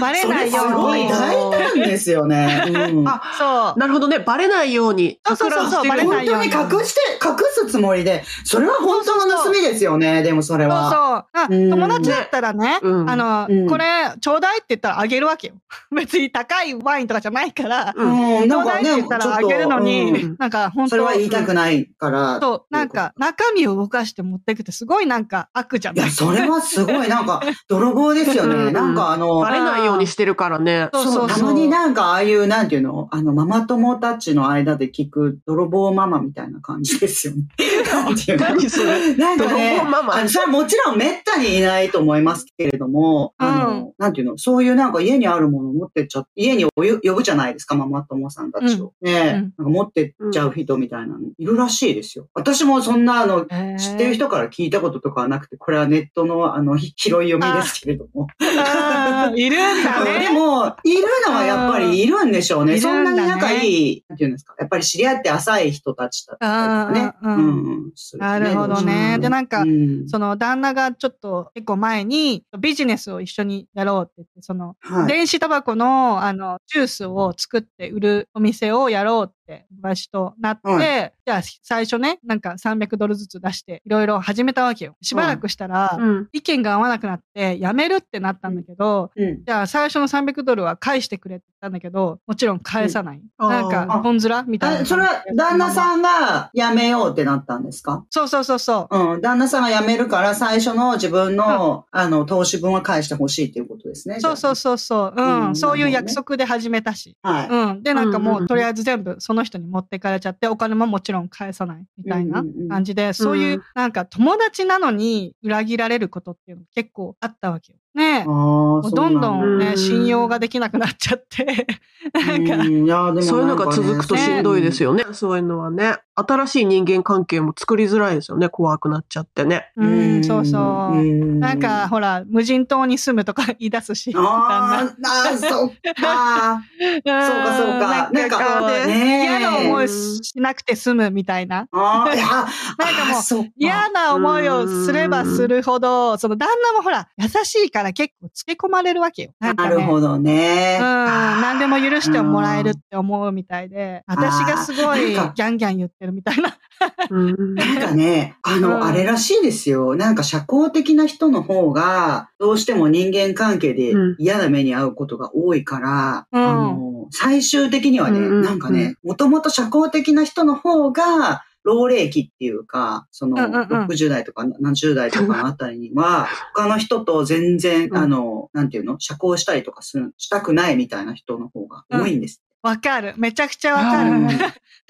[SPEAKER 1] バレないよ
[SPEAKER 2] それすご
[SPEAKER 1] う
[SPEAKER 2] い
[SPEAKER 1] に。
[SPEAKER 2] 大胆ですよね。うん
[SPEAKER 3] あ
[SPEAKER 1] そう。
[SPEAKER 3] なるほどね。バレないように。
[SPEAKER 1] そうそうそうそう
[SPEAKER 3] 企
[SPEAKER 1] バ
[SPEAKER 3] ら
[SPEAKER 1] レ
[SPEAKER 3] してる
[SPEAKER 1] ないように
[SPEAKER 2] 本当に隠して、隠すつもりで、それは本当の盗みですよね、でもそれ
[SPEAKER 1] そう
[SPEAKER 2] は。
[SPEAKER 1] そう。あ
[SPEAKER 2] うん
[SPEAKER 1] 友達だったらね、
[SPEAKER 3] うん
[SPEAKER 1] あの、
[SPEAKER 2] うん
[SPEAKER 1] これ、ちょうだいって言ったらあげるわけよ。 別に高いワインとかじゃないから、
[SPEAKER 3] う
[SPEAKER 2] うん、
[SPEAKER 1] ち
[SPEAKER 2] な
[SPEAKER 1] ょうんだ
[SPEAKER 2] か
[SPEAKER 1] いって
[SPEAKER 2] ね、
[SPEAKER 1] 言ったらあげるの
[SPEAKER 2] ちょっと
[SPEAKER 1] に、
[SPEAKER 3] うん
[SPEAKER 1] なんか本当
[SPEAKER 2] それは言いたくないから。
[SPEAKER 1] そう、なんか中身を動かして持っっていくってすごいなんか悪じゃ
[SPEAKER 2] い
[SPEAKER 1] ない
[SPEAKER 2] や、それはすごい、なんか、泥棒ですよ
[SPEAKER 3] うんう
[SPEAKER 2] ね。
[SPEAKER 3] ん
[SPEAKER 2] なんかあの
[SPEAKER 3] バ、レないようにしてるからね。
[SPEAKER 1] そうそう
[SPEAKER 2] た
[SPEAKER 1] そ
[SPEAKER 2] ま
[SPEAKER 1] う。
[SPEAKER 2] になんかああいう、なんていうのあの、ママ友たちの間で聞く泥棒ママみたいな感じですよ ね。なんていうの
[SPEAKER 3] 何それ
[SPEAKER 2] なんかね
[SPEAKER 3] 泥棒ママ
[SPEAKER 2] あのそれはもちろんめったにいないと思いますけれども、あの、なんていうの、そういうなんか家にあるもの持ってっちゃって、家におよ呼ぶじゃないですか、ママ友さんたちを。ねえ、
[SPEAKER 1] うん
[SPEAKER 2] なんか持ってっちゃう人みたいなの、いるらしいですよ。私もそんな、あの、
[SPEAKER 1] へー
[SPEAKER 2] 知ってる人から聞いたこととかはなくて、これはネットの、あの、ひ拾い読みですけれども。
[SPEAKER 1] あーいるんだね。
[SPEAKER 2] でも、いるのはやっぱりいるんでしょう
[SPEAKER 1] う
[SPEAKER 2] ね。
[SPEAKER 1] ん
[SPEAKER 2] そんないに
[SPEAKER 1] るんだね
[SPEAKER 2] 仲いい、なんていうんですか。やっぱり知り合って浅い人たちだったりと
[SPEAKER 1] うん
[SPEAKER 2] かね。
[SPEAKER 1] うん
[SPEAKER 2] うんうんすよね
[SPEAKER 1] なるほどね
[SPEAKER 2] どうしても
[SPEAKER 1] でなんか
[SPEAKER 2] うん
[SPEAKER 1] その旦那がちょっと結構前にビジネスを一緒にやろうって言って、その
[SPEAKER 2] はい
[SPEAKER 1] 電子タバコのあのジュースを作って売るお店をやろうって話となって、
[SPEAKER 2] は
[SPEAKER 1] じゃあ最初ね、なんか300ドルずつ出していろいろ始めたわけよ。しばらくしたら、
[SPEAKER 3] うん。
[SPEAKER 1] 意見が合わなくなってやめるってなったんだけど、
[SPEAKER 2] うん
[SPEAKER 1] じゃあ最初の300ドルは返してくれって言ったんだけど、もちろん返さない。
[SPEAKER 3] うん
[SPEAKER 1] なん
[SPEAKER 2] あ
[SPEAKER 1] か
[SPEAKER 2] ー、
[SPEAKER 1] 本面みたい
[SPEAKER 2] あ
[SPEAKER 1] な。
[SPEAKER 2] それは旦那
[SPEAKER 1] ん
[SPEAKER 2] さんが辞めようってなったんですか
[SPEAKER 1] そうそうそうそう。
[SPEAKER 2] うん。旦那さんが辞めるから最初の自分の、あの、投資分は返してほしいっていうことですね。
[SPEAKER 1] そうそう
[SPEAKER 2] じ
[SPEAKER 1] そうそう。うん。
[SPEAKER 2] うん
[SPEAKER 1] そういう約束で始めたし。
[SPEAKER 2] ゃあね。はい。
[SPEAKER 1] うん。で、なんか
[SPEAKER 3] うん
[SPEAKER 1] も
[SPEAKER 3] うんう
[SPEAKER 1] う、
[SPEAKER 3] ん、
[SPEAKER 1] とりあえず全部その人に持ってかれちゃって、お金ももちろん返さないみたいな
[SPEAKER 2] うんうんうん
[SPEAKER 1] 感じで、そういううんなんか友達なのに裏切られることっていうの結構あったわけよ。ねえ。も
[SPEAKER 2] ああ、
[SPEAKER 1] うどんどん
[SPEAKER 3] うん
[SPEAKER 1] ね、信用ができなくなっちゃって、 なん
[SPEAKER 2] う
[SPEAKER 1] か、
[SPEAKER 2] んいやでもなんかね
[SPEAKER 3] そういうのが続くとしんどいですよね。そういうのはね。新しい人間関係も作りづらいですよね。怖くなっちゃってね。
[SPEAKER 1] うん、そうそう。
[SPEAKER 2] ん
[SPEAKER 1] なんか、、ほら、無人島に住むとか言い出すし、
[SPEAKER 2] あーあー、そっ か。
[SPEAKER 1] そう
[SPEAKER 2] そうかそうか。なんか、
[SPEAKER 1] こう
[SPEAKER 2] ねえ
[SPEAKER 1] 嫌な思いしなくて済むみたいな。
[SPEAKER 2] あーいや
[SPEAKER 1] なんかもう
[SPEAKER 2] あーそっか
[SPEAKER 1] 嫌な思いをすればするほど、その旦那もほら、優しいから結構つけ込まれるわけよ。なんか
[SPEAKER 2] な
[SPEAKER 1] ね、
[SPEAKER 2] るほどね
[SPEAKER 1] うん、。何でも許してもらえるって思うみたいで、私がすごいギ
[SPEAKER 2] あーなんか
[SPEAKER 1] ャンギャン言ってるみたいな。
[SPEAKER 3] うん
[SPEAKER 2] なんかね、あ
[SPEAKER 1] うん
[SPEAKER 2] の、あれらしいですよ。なんか社交的な人の方が、どうしても人間関係で
[SPEAKER 3] うん
[SPEAKER 2] 嫌な目に遭うことが多いから、
[SPEAKER 1] うん
[SPEAKER 2] あの、最終的にはね、
[SPEAKER 3] うんうんうん
[SPEAKER 2] なんかね、もともと社交的な人の方が、老齢期っていうか、その、
[SPEAKER 1] うんうんうん
[SPEAKER 2] 60代とか70代とかのあたりに は、他の人と全然、
[SPEAKER 3] うん
[SPEAKER 2] あの、なんていうの社交したりとかする、したくないみたいな人の方が多いんです。
[SPEAKER 1] わかる。めちゃくちゃわかる。
[SPEAKER 2] うん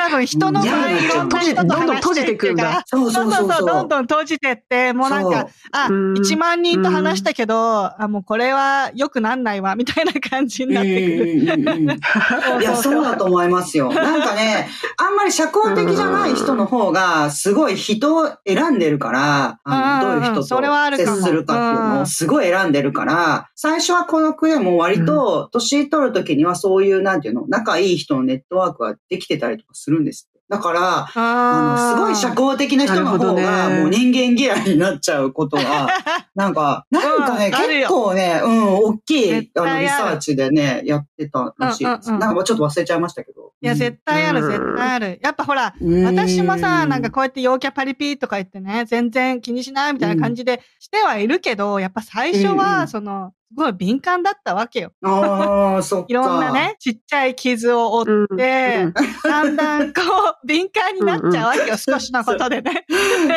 [SPEAKER 1] 多分人の場合、
[SPEAKER 2] うん
[SPEAKER 1] いろんな人と
[SPEAKER 2] どんどん
[SPEAKER 1] 話
[SPEAKER 3] 閉
[SPEAKER 1] して
[SPEAKER 3] じて
[SPEAKER 1] い
[SPEAKER 3] い
[SPEAKER 1] く
[SPEAKER 3] くんだ
[SPEAKER 1] から。
[SPEAKER 2] そう
[SPEAKER 1] そ
[SPEAKER 2] そうう
[SPEAKER 1] そ
[SPEAKER 2] そうう
[SPEAKER 1] そ、
[SPEAKER 2] そうう。
[SPEAKER 1] どんどん閉じてって、もうなんか、あ、
[SPEAKER 3] うん
[SPEAKER 1] 1万人と話したけど、あ、もうこれは良くなんないわ、みたいな感じになってくる。
[SPEAKER 2] うんうんうんうんいや、そうだと思いま すよ。なんかね、あんまり社交的じゃない人の方が、すごい人を選んでるから、あ
[SPEAKER 1] うん
[SPEAKER 2] の
[SPEAKER 1] うんうん
[SPEAKER 2] どういう人
[SPEAKER 1] それはあ
[SPEAKER 2] と
[SPEAKER 1] るかも
[SPEAKER 2] 接するかっていうの
[SPEAKER 1] う
[SPEAKER 2] を
[SPEAKER 1] ん
[SPEAKER 2] すごい選んでるから、最初はこの国でも割と、年取る時にはそういう、なんていうの、仲いい人のネットワークができてたりとかするんですって。だから、あの、すごい社交的な人の方
[SPEAKER 3] なる
[SPEAKER 2] が、
[SPEAKER 3] ほどね
[SPEAKER 2] もう人間嫌いになっちゃうこと は、なんか、なんか
[SPEAKER 1] う
[SPEAKER 2] ね、
[SPEAKER 1] んあるよ
[SPEAKER 2] 結構ね、うん、大きい
[SPEAKER 1] 絶
[SPEAKER 2] あ
[SPEAKER 1] 対あ
[SPEAKER 2] の
[SPEAKER 1] る
[SPEAKER 2] リサーチでね、やってたらしいです。
[SPEAKER 1] うんうんうん
[SPEAKER 2] なんかちょっと忘れちゃいましたけど。
[SPEAKER 1] いや、絶対ある、絶対ある。やっぱほら、
[SPEAKER 2] うん
[SPEAKER 1] 私もさ、なんか、こうやって陽キャパリピとか言ってね、全然気にしないみたいな感じでしてはいるけど、やっぱ最初
[SPEAKER 2] うんう
[SPEAKER 1] は、
[SPEAKER 2] ん
[SPEAKER 1] その、すごい敏感だったわけよ。
[SPEAKER 2] ああ、そっか。
[SPEAKER 1] いろんな。ね、ちっちゃい傷を負
[SPEAKER 3] うん
[SPEAKER 1] って、だんだんこう、 敏感になっちゃうわけよ、少しのことでね。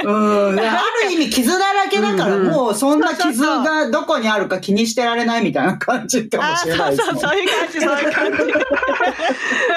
[SPEAKER 2] うん。ある意味傷だらけだから、
[SPEAKER 3] うんうん
[SPEAKER 2] もうそんな
[SPEAKER 1] そうそう
[SPEAKER 2] 傷
[SPEAKER 1] そう
[SPEAKER 2] がどこにあるか気にしてられないみたいな感じかも
[SPEAKER 1] あ
[SPEAKER 2] しれ
[SPEAKER 1] ー
[SPEAKER 2] ない
[SPEAKER 1] そう
[SPEAKER 2] です
[SPEAKER 1] そう、そ
[SPEAKER 2] ね。
[SPEAKER 1] ういう感じ、そういう感じ。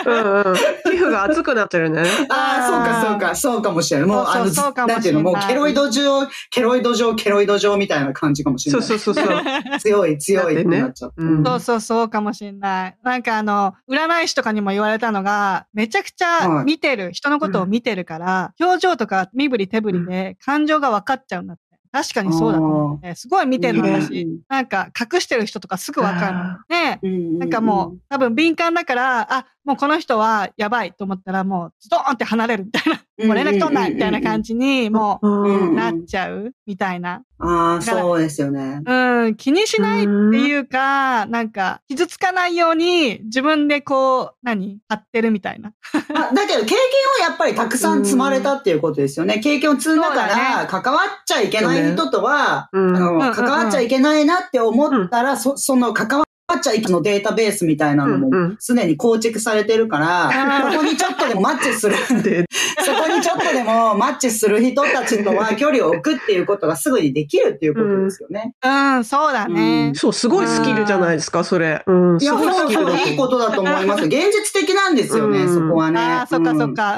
[SPEAKER 3] うんうん皮膚が熱くなってるね。
[SPEAKER 2] ああ、そうか、そうか、そうかもしれない。もう、
[SPEAKER 1] そうそう
[SPEAKER 2] あの
[SPEAKER 1] そうかもしれない
[SPEAKER 2] なんていうの、もう、ケロイド状、ケロイド状、ケロイド状みたいな感じかもしれ
[SPEAKER 3] そう
[SPEAKER 2] ない。
[SPEAKER 3] そうそうそう。
[SPEAKER 2] 強い、強いってなっちゃった。
[SPEAKER 3] だってねうん
[SPEAKER 1] そうそうそうかもしんない。なんかあの、占い師とかにも言われたのが、めちゃくちゃ見てる、人のことを見てるから、表情とか身振り手振りで感情が分かっちゃうんだって。確かにそうだと思って。すごい見てるの
[SPEAKER 2] うん
[SPEAKER 1] 私。なんか隠してる人とかすぐ分かるの。ねえ。
[SPEAKER 2] うん
[SPEAKER 1] なんかもう、多分敏感だから、あ、もうこの人はやばいと思ったらもうズドーンって離れるみたいな、
[SPEAKER 2] うん、
[SPEAKER 1] もう連絡取んないみたいな感
[SPEAKER 2] じ。
[SPEAKER 1] じに、も
[SPEAKER 3] うん
[SPEAKER 1] うなっちゃうみたいな。
[SPEAKER 2] ああ、
[SPEAKER 1] だから
[SPEAKER 2] そうですよね。
[SPEAKER 1] うん、気にしないっていうか、なんか、傷つかないように自分でこう、何貼ってるみたいな。
[SPEAKER 2] あだけど経験をやっぱりたくさん積まれたっていうことですよね。経験を積んだか
[SPEAKER 1] そうだ
[SPEAKER 2] ら、関わっちゃいけない人とは、
[SPEAKER 3] うん
[SPEAKER 1] うんう
[SPEAKER 2] あ
[SPEAKER 1] んう
[SPEAKER 2] の
[SPEAKER 1] ん
[SPEAKER 2] 関わっちゃいけないなって思ったら、そその関わマッチャイのデータベースみたいなの
[SPEAKER 3] うんう
[SPEAKER 2] も
[SPEAKER 3] ん
[SPEAKER 2] すでに構築されてるから、そこにちょっとでもマッチする。
[SPEAKER 3] で、
[SPEAKER 2] そこにちょっとでもマッチする人たちと は距離を置くっていうことがすぐにできるっていうことですよね。
[SPEAKER 1] うん、そうだね。
[SPEAKER 3] そう、すごいスキルじゃないですか、それ。うん、
[SPEAKER 2] い
[SPEAKER 3] す
[SPEAKER 2] や、
[SPEAKER 3] ごい
[SPEAKER 2] そ
[SPEAKER 3] ス
[SPEAKER 2] う
[SPEAKER 3] キル
[SPEAKER 2] そう、
[SPEAKER 3] だと思
[SPEAKER 2] いいことだと思います。現実的なんですよね、
[SPEAKER 3] うん
[SPEAKER 2] そこはね。
[SPEAKER 1] ああ、そっかそっか。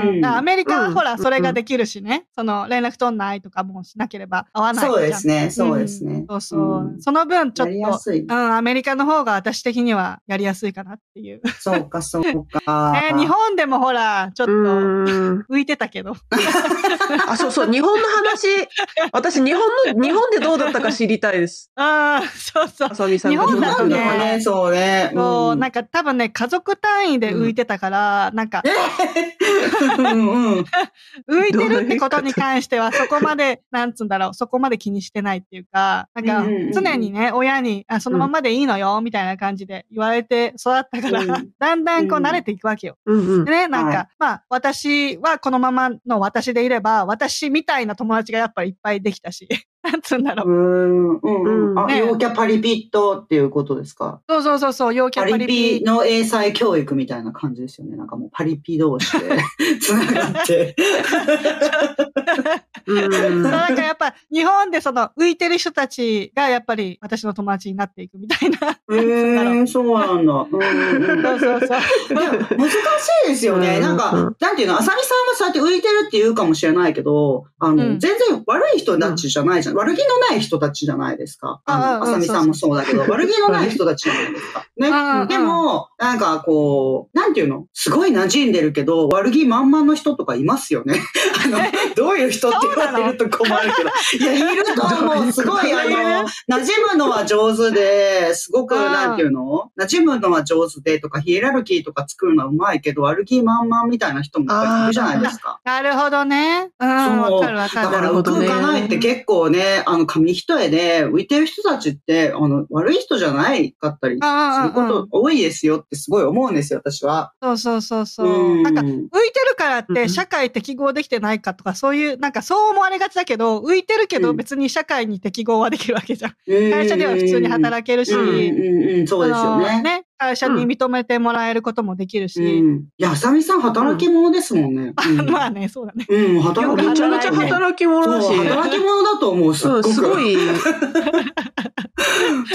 [SPEAKER 1] うん。
[SPEAKER 2] うん
[SPEAKER 1] だからアメリカ
[SPEAKER 3] う
[SPEAKER 1] は
[SPEAKER 3] ん
[SPEAKER 1] ほら、それができるしね。その連絡取んないとかもしなければ合わ
[SPEAKER 2] うん。
[SPEAKER 1] ないじゃん。
[SPEAKER 2] そうですね、そうです
[SPEAKER 1] う
[SPEAKER 2] ね
[SPEAKER 1] ん。そうそう。
[SPEAKER 2] うん
[SPEAKER 1] その分、ちょ
[SPEAKER 2] や
[SPEAKER 1] っ
[SPEAKER 2] りや
[SPEAKER 1] と、
[SPEAKER 2] すい。
[SPEAKER 1] うん、アメリカの方が私的にはやりやすいかなって いう。。
[SPEAKER 2] そうか、そうか
[SPEAKER 1] えー日本でもほら、ちょっと
[SPEAKER 3] うん。
[SPEAKER 1] 浮いてたけど。
[SPEAKER 3] あ、そうそう、日本の 話、私、日本の、日本でどうだったか知りたいです。
[SPEAKER 1] ああ、 そうそう
[SPEAKER 3] あ。さみさんが
[SPEAKER 1] 日本
[SPEAKER 2] 日
[SPEAKER 1] だと
[SPEAKER 2] 本
[SPEAKER 1] ね
[SPEAKER 2] でもね、そうね。
[SPEAKER 1] そう、なん
[SPEAKER 2] か。
[SPEAKER 1] か多分ね、家族単位で浮いてたから、なんか、
[SPEAKER 2] うんう
[SPEAKER 1] 浮
[SPEAKER 2] ん。
[SPEAKER 1] いてるってことに関しては、そこまで、なんつうんだろう、そこまで気にしてないっていうか、なんか
[SPEAKER 2] うんうんうん、
[SPEAKER 1] 常にね、親に、あ、そのままでいいのよ、みたいな感じで言われて育ったから、
[SPEAKER 2] うん
[SPEAKER 1] だんだんこう
[SPEAKER 2] うん
[SPEAKER 1] 慣れていくわけよ。
[SPEAKER 3] うんうん
[SPEAKER 1] で。ね、なんか、
[SPEAKER 2] は
[SPEAKER 1] まあ、私はこのままの私でいれば、私みたいな友達がやっぱりいっぱいできたし、 なんつうんだろ う。
[SPEAKER 2] うんうんうん。あ、
[SPEAKER 1] ね
[SPEAKER 2] 陽キャパリピットっていうことですか
[SPEAKER 1] そうそうそうそう、陽キ
[SPEAKER 2] パ
[SPEAKER 1] ャパリ
[SPEAKER 2] リピ
[SPEAKER 1] ピ。
[SPEAKER 2] の英才教育みたいな感じですよね。なんかもうパリピ同士 で繋がって。
[SPEAKER 3] うん
[SPEAKER 1] そうなんかやっぱ日本でその浮いてる人たちがやっぱり私の友達になっていくみたいな。
[SPEAKER 2] へえー、そうなんだ。うん うんうん
[SPEAKER 1] そうそうそう。
[SPEAKER 2] いや難しいですよね。
[SPEAKER 3] うん
[SPEAKER 2] なんか、なんていうの、浅見さんはそうやって浮いてるって言うかもしれないけど、あの、
[SPEAKER 1] うん
[SPEAKER 2] 全然悪い人たちじゃないじゃん。悪気のない人たちじゃないですか。あ
[SPEAKER 1] ああ
[SPEAKER 2] の、浅見さんもそうだけど、悪気のない人たちじゃないですか。ね。
[SPEAKER 1] うんうん
[SPEAKER 2] でも、なんかこう、なんていうのすごい馴染んでるけど、悪気満々の人とかいますよ ね。あの、どういう人って言われると困るけど。いや、いると思う。すごい、あ
[SPEAKER 1] いる
[SPEAKER 2] の、馴染むのは上手で、すごく、なんていうの馴染むのは上手でとか、ヒエラルキーとか作るのはうまいけど、悪気満々みたいな人もやっぱりいるじゃないですか。
[SPEAKER 1] なるほどね。うん、
[SPEAKER 2] そう
[SPEAKER 1] わかるわか
[SPEAKER 2] だ
[SPEAKER 1] る。
[SPEAKER 2] から、
[SPEAKER 3] ほ
[SPEAKER 2] 浮
[SPEAKER 3] どね
[SPEAKER 2] く浮かないって結構ね、あの、紙一重で、浮いてる人たちって、あの、悪い人じゃないかったりする
[SPEAKER 1] うんうんう
[SPEAKER 2] こ
[SPEAKER 1] ん
[SPEAKER 2] と多いですよってすごい思うんですよ、私は。
[SPEAKER 1] そうそうそうそう。
[SPEAKER 2] うん
[SPEAKER 1] なんか、浮いてるからっ
[SPEAKER 3] うんうん
[SPEAKER 1] て社会適合できてないかとか、そういう、なんかそう思われがちだけど、浮いてるけ
[SPEAKER 2] う
[SPEAKER 1] ど
[SPEAKER 2] ん
[SPEAKER 1] 別に社会に適合はできるわけじゃん。
[SPEAKER 2] 会
[SPEAKER 1] 会社では普通に
[SPEAKER 2] く
[SPEAKER 1] 働けるし、
[SPEAKER 2] うんうんうん、そうですよ
[SPEAKER 1] あの
[SPEAKER 2] ね。
[SPEAKER 1] ね。会社に認めてもらえることもできる
[SPEAKER 2] う
[SPEAKER 1] し。
[SPEAKER 2] ん。いや、浅見さん働き者ですもんね。う ん
[SPEAKER 1] まあね、そうだね。
[SPEAKER 2] うん、働き者
[SPEAKER 3] めちゃめちゃ働き者だし
[SPEAKER 2] そう、。働き者だと思う、すっ
[SPEAKER 3] う
[SPEAKER 2] ご
[SPEAKER 3] ん、
[SPEAKER 2] く。
[SPEAKER 3] すごい。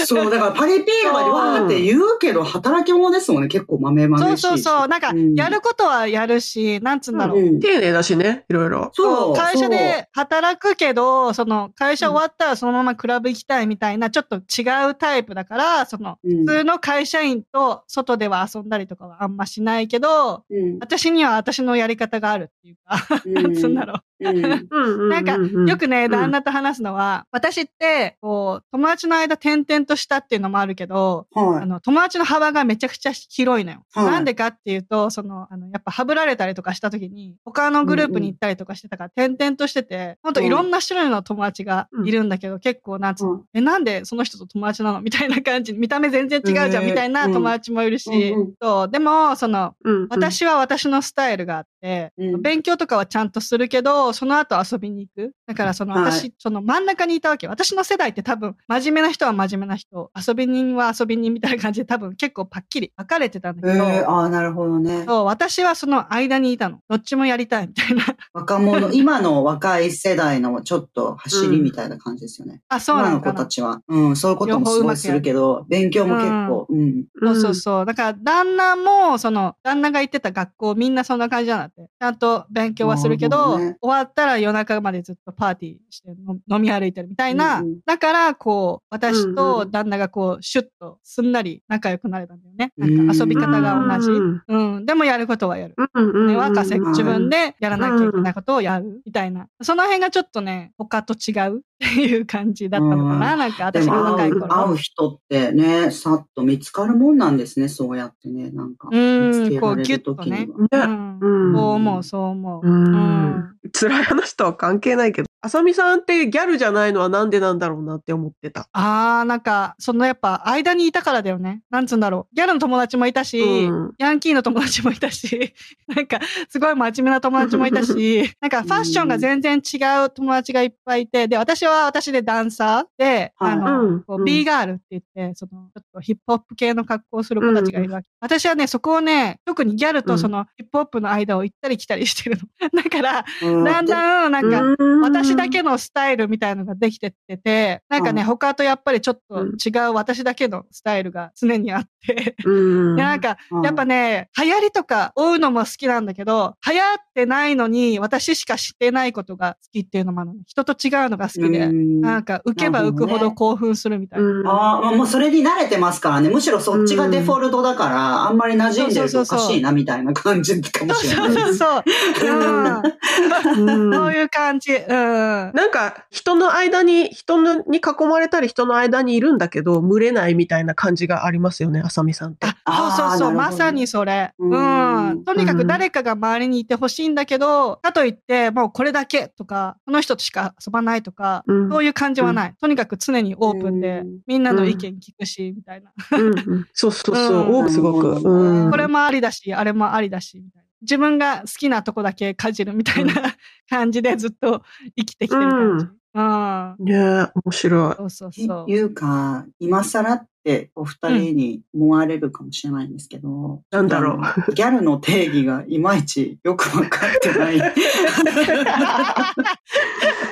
[SPEAKER 2] そう、だからパリピーガでわーって言うけど、働き者ですもんね、結構豆々しい
[SPEAKER 1] そう
[SPEAKER 2] し。
[SPEAKER 1] そうそう。なんか
[SPEAKER 2] う、ん
[SPEAKER 1] やることはやるし、なんつうんだろう。
[SPEAKER 2] うん
[SPEAKER 3] 丁寧だしね、いろいろ。
[SPEAKER 1] そ
[SPEAKER 2] そうう、
[SPEAKER 1] 会社
[SPEAKER 2] そう
[SPEAKER 1] で働くけど、その会社終わったらそのままクラブ行きたいみたいな、ちょっと違うタイプだから、その、
[SPEAKER 2] うん
[SPEAKER 1] 普通の会社員と外では遊んだりとかはあんましないけど、
[SPEAKER 2] うん
[SPEAKER 1] 私には私のやり方があるっていうか、なんつうんだろ
[SPEAKER 2] うん
[SPEAKER 3] うんうんうんうん。
[SPEAKER 1] なんかう。よくね、
[SPEAKER 3] ん
[SPEAKER 1] 旦那と話すのは、私って、こう、友達の間転々としたっていうのもあるけど、あ
[SPEAKER 2] は
[SPEAKER 1] の、友達の幅がめちゃくちゃ広いのよ。
[SPEAKER 2] はい
[SPEAKER 1] なんでかっていうと、その、あの、やっぱハブられたりとかした時に、他のグループに行ったりとかしてたから、転々としてて、ほんといろんな種類の友達がいるんだけど、結構なんつうの、
[SPEAKER 2] うん
[SPEAKER 1] え、なんでその人と友達なのみたいな感じ、見た目全然違うじゃん、
[SPEAKER 2] ね
[SPEAKER 1] みたいな友達もいるし、
[SPEAKER 2] うんうん
[SPEAKER 1] そう、でも、その、
[SPEAKER 3] うんうん、
[SPEAKER 1] 私は私のスタイルがあって、
[SPEAKER 2] うん
[SPEAKER 1] 勉強とかはちゃんとするけど、その後遊びに行く。だからその
[SPEAKER 2] はい
[SPEAKER 1] 私、その真ん中にいたわけよ。私の世代って多分、真面目な人は真面目な人、遊び人は遊び人みたいな感じで多分結構パッキリ分かれてたんだ
[SPEAKER 2] い。え
[SPEAKER 1] けど、
[SPEAKER 2] ー、ああ、なるほどね。
[SPEAKER 1] そう私はその間にいたの。どっちもやりたいみたいな。
[SPEAKER 2] 若者、今の若い世代のちょっと走りみたいな感じですよね。
[SPEAKER 1] あ、そう
[SPEAKER 2] 今
[SPEAKER 1] なの
[SPEAKER 2] の
[SPEAKER 1] か
[SPEAKER 2] 子
[SPEAKER 1] な
[SPEAKER 2] た。ちは。うん、そういうこともすごいするけど、勉強も結構、うん。
[SPEAKER 1] そうそうそう。だから、旦那も、その、旦那が行ってた学校、みんなそんな感じなんだって。ちゃんと勉強はするけ
[SPEAKER 2] なる
[SPEAKER 1] ど、
[SPEAKER 2] ほどね
[SPEAKER 1] 終わったら夜中までずっとパーティーしての飲み歩いてるみたいな。
[SPEAKER 2] うんうん
[SPEAKER 1] だから、こう、私
[SPEAKER 3] うん
[SPEAKER 1] と
[SPEAKER 3] うん
[SPEAKER 1] 旦那がこう、シュッと、すんなり仲良くなれたんだよね。なんか遊び
[SPEAKER 3] うん。
[SPEAKER 1] 方が同じ。
[SPEAKER 3] う
[SPEAKER 1] うんん。でも、やることはやる。
[SPEAKER 3] うんうん。
[SPEAKER 1] ね、若せ
[SPEAKER 3] うん
[SPEAKER 1] 自分でやらなきゃいけないことをやるみたいな。その辺がちょっとね、他と違うっていう感じだったのかな。なんか
[SPEAKER 2] で
[SPEAKER 1] 私が
[SPEAKER 2] も
[SPEAKER 1] 若
[SPEAKER 2] 会、
[SPEAKER 1] いう頃。
[SPEAKER 2] 会う人ってね、さっと見つかるもんなんですね、そうやってね、なんか。
[SPEAKER 1] うん
[SPEAKER 2] 見つけられる時に
[SPEAKER 1] こう
[SPEAKER 2] は
[SPEAKER 1] ギュッとね
[SPEAKER 3] ね
[SPEAKER 1] うん
[SPEAKER 3] うん
[SPEAKER 1] そう思う、そう思う。
[SPEAKER 3] うん辛い話とは関係ないけど。あさみさんってギャルじゃないのはなんでなんだろうなって思ってた。
[SPEAKER 1] あー、なんか、そのやっぱ、間にいたからだよね。なんつうんだろう。ギャルの友達もいたし、
[SPEAKER 3] うん
[SPEAKER 1] ヤンキーの友達もいたし、 なんか、すごい真面目な友達もいたし、なんかファッションが全然違う友達がいっぱいいて、で、私は私でダンサーで、
[SPEAKER 2] はい
[SPEAKER 1] あ
[SPEAKER 3] う
[SPEAKER 1] の、
[SPEAKER 3] ん。
[SPEAKER 1] こう B ガールって言って、その、ちょっとヒップホップ系の格好をする子たちがいるわけ。私はね、そこをね、特にギャル
[SPEAKER 3] う
[SPEAKER 1] と
[SPEAKER 3] ん
[SPEAKER 1] そのヒップホップの間を行ったり来たりしてるの。 だから、
[SPEAKER 2] うん
[SPEAKER 1] だんだん、なんか、
[SPEAKER 3] うん
[SPEAKER 1] 私だけのスタイルみたいのができてってて、なんかね、
[SPEAKER 2] うん
[SPEAKER 1] 他とやっぱりちょっと違う私だけのスタイルが常にあって、
[SPEAKER 3] うん
[SPEAKER 1] で、なんか、
[SPEAKER 2] うん
[SPEAKER 1] やっぱね、流行りとか追うのも好きなんだけど、流行ってないのに私しか知ってないことが好きっていうのもあるの。人と違うのが好きで、
[SPEAKER 2] うん
[SPEAKER 1] なんか浮けば浮くほど興奮するみたいな。
[SPEAKER 3] うん
[SPEAKER 2] あーまあ、もうそれに慣れてますからね。むしろそっちがデフォルトだから、あんまり馴染んでるとおかしいなみたいな感じかもしれ
[SPEAKER 1] そ
[SPEAKER 2] な
[SPEAKER 1] う
[SPEAKER 2] い。
[SPEAKER 1] そうそう。
[SPEAKER 3] うん
[SPEAKER 1] うん、そういう感じ。うん。
[SPEAKER 3] なんか人の間に、人のに囲まれたり人の間にいるんだけど、群れないみたいな感じがありますよね、あさみさんって。
[SPEAKER 1] そう
[SPEAKER 2] あー
[SPEAKER 1] そうそう、
[SPEAKER 2] なるほど
[SPEAKER 1] まさにそれ。う
[SPEAKER 2] うん
[SPEAKER 1] ん。とにかく誰かが周りにいてほしいんだけど、かといって、もうこれだけとか、この人としか遊ばないとか、
[SPEAKER 3] うん
[SPEAKER 1] そういう感じはない。とにかく常にオープンで
[SPEAKER 2] うん、
[SPEAKER 1] みんなの意見聞くし、みたいな。
[SPEAKER 3] うんうんそうそうそう、
[SPEAKER 1] うん
[SPEAKER 3] 多くすごく。
[SPEAKER 2] うん
[SPEAKER 3] うん
[SPEAKER 1] これもありだし、あれもありだし、みたいな。自分が好きなとこだけかじるみたいな感じでずっと生きてきてる感じ。うん。
[SPEAKER 3] ねえ面白い。
[SPEAKER 1] そうそうそう
[SPEAKER 2] って。いうか、今更ってお二人に思われるかもしれないんですけど、
[SPEAKER 3] なんだろう
[SPEAKER 2] あのギャルの定義がいまいちよく分かっ てない。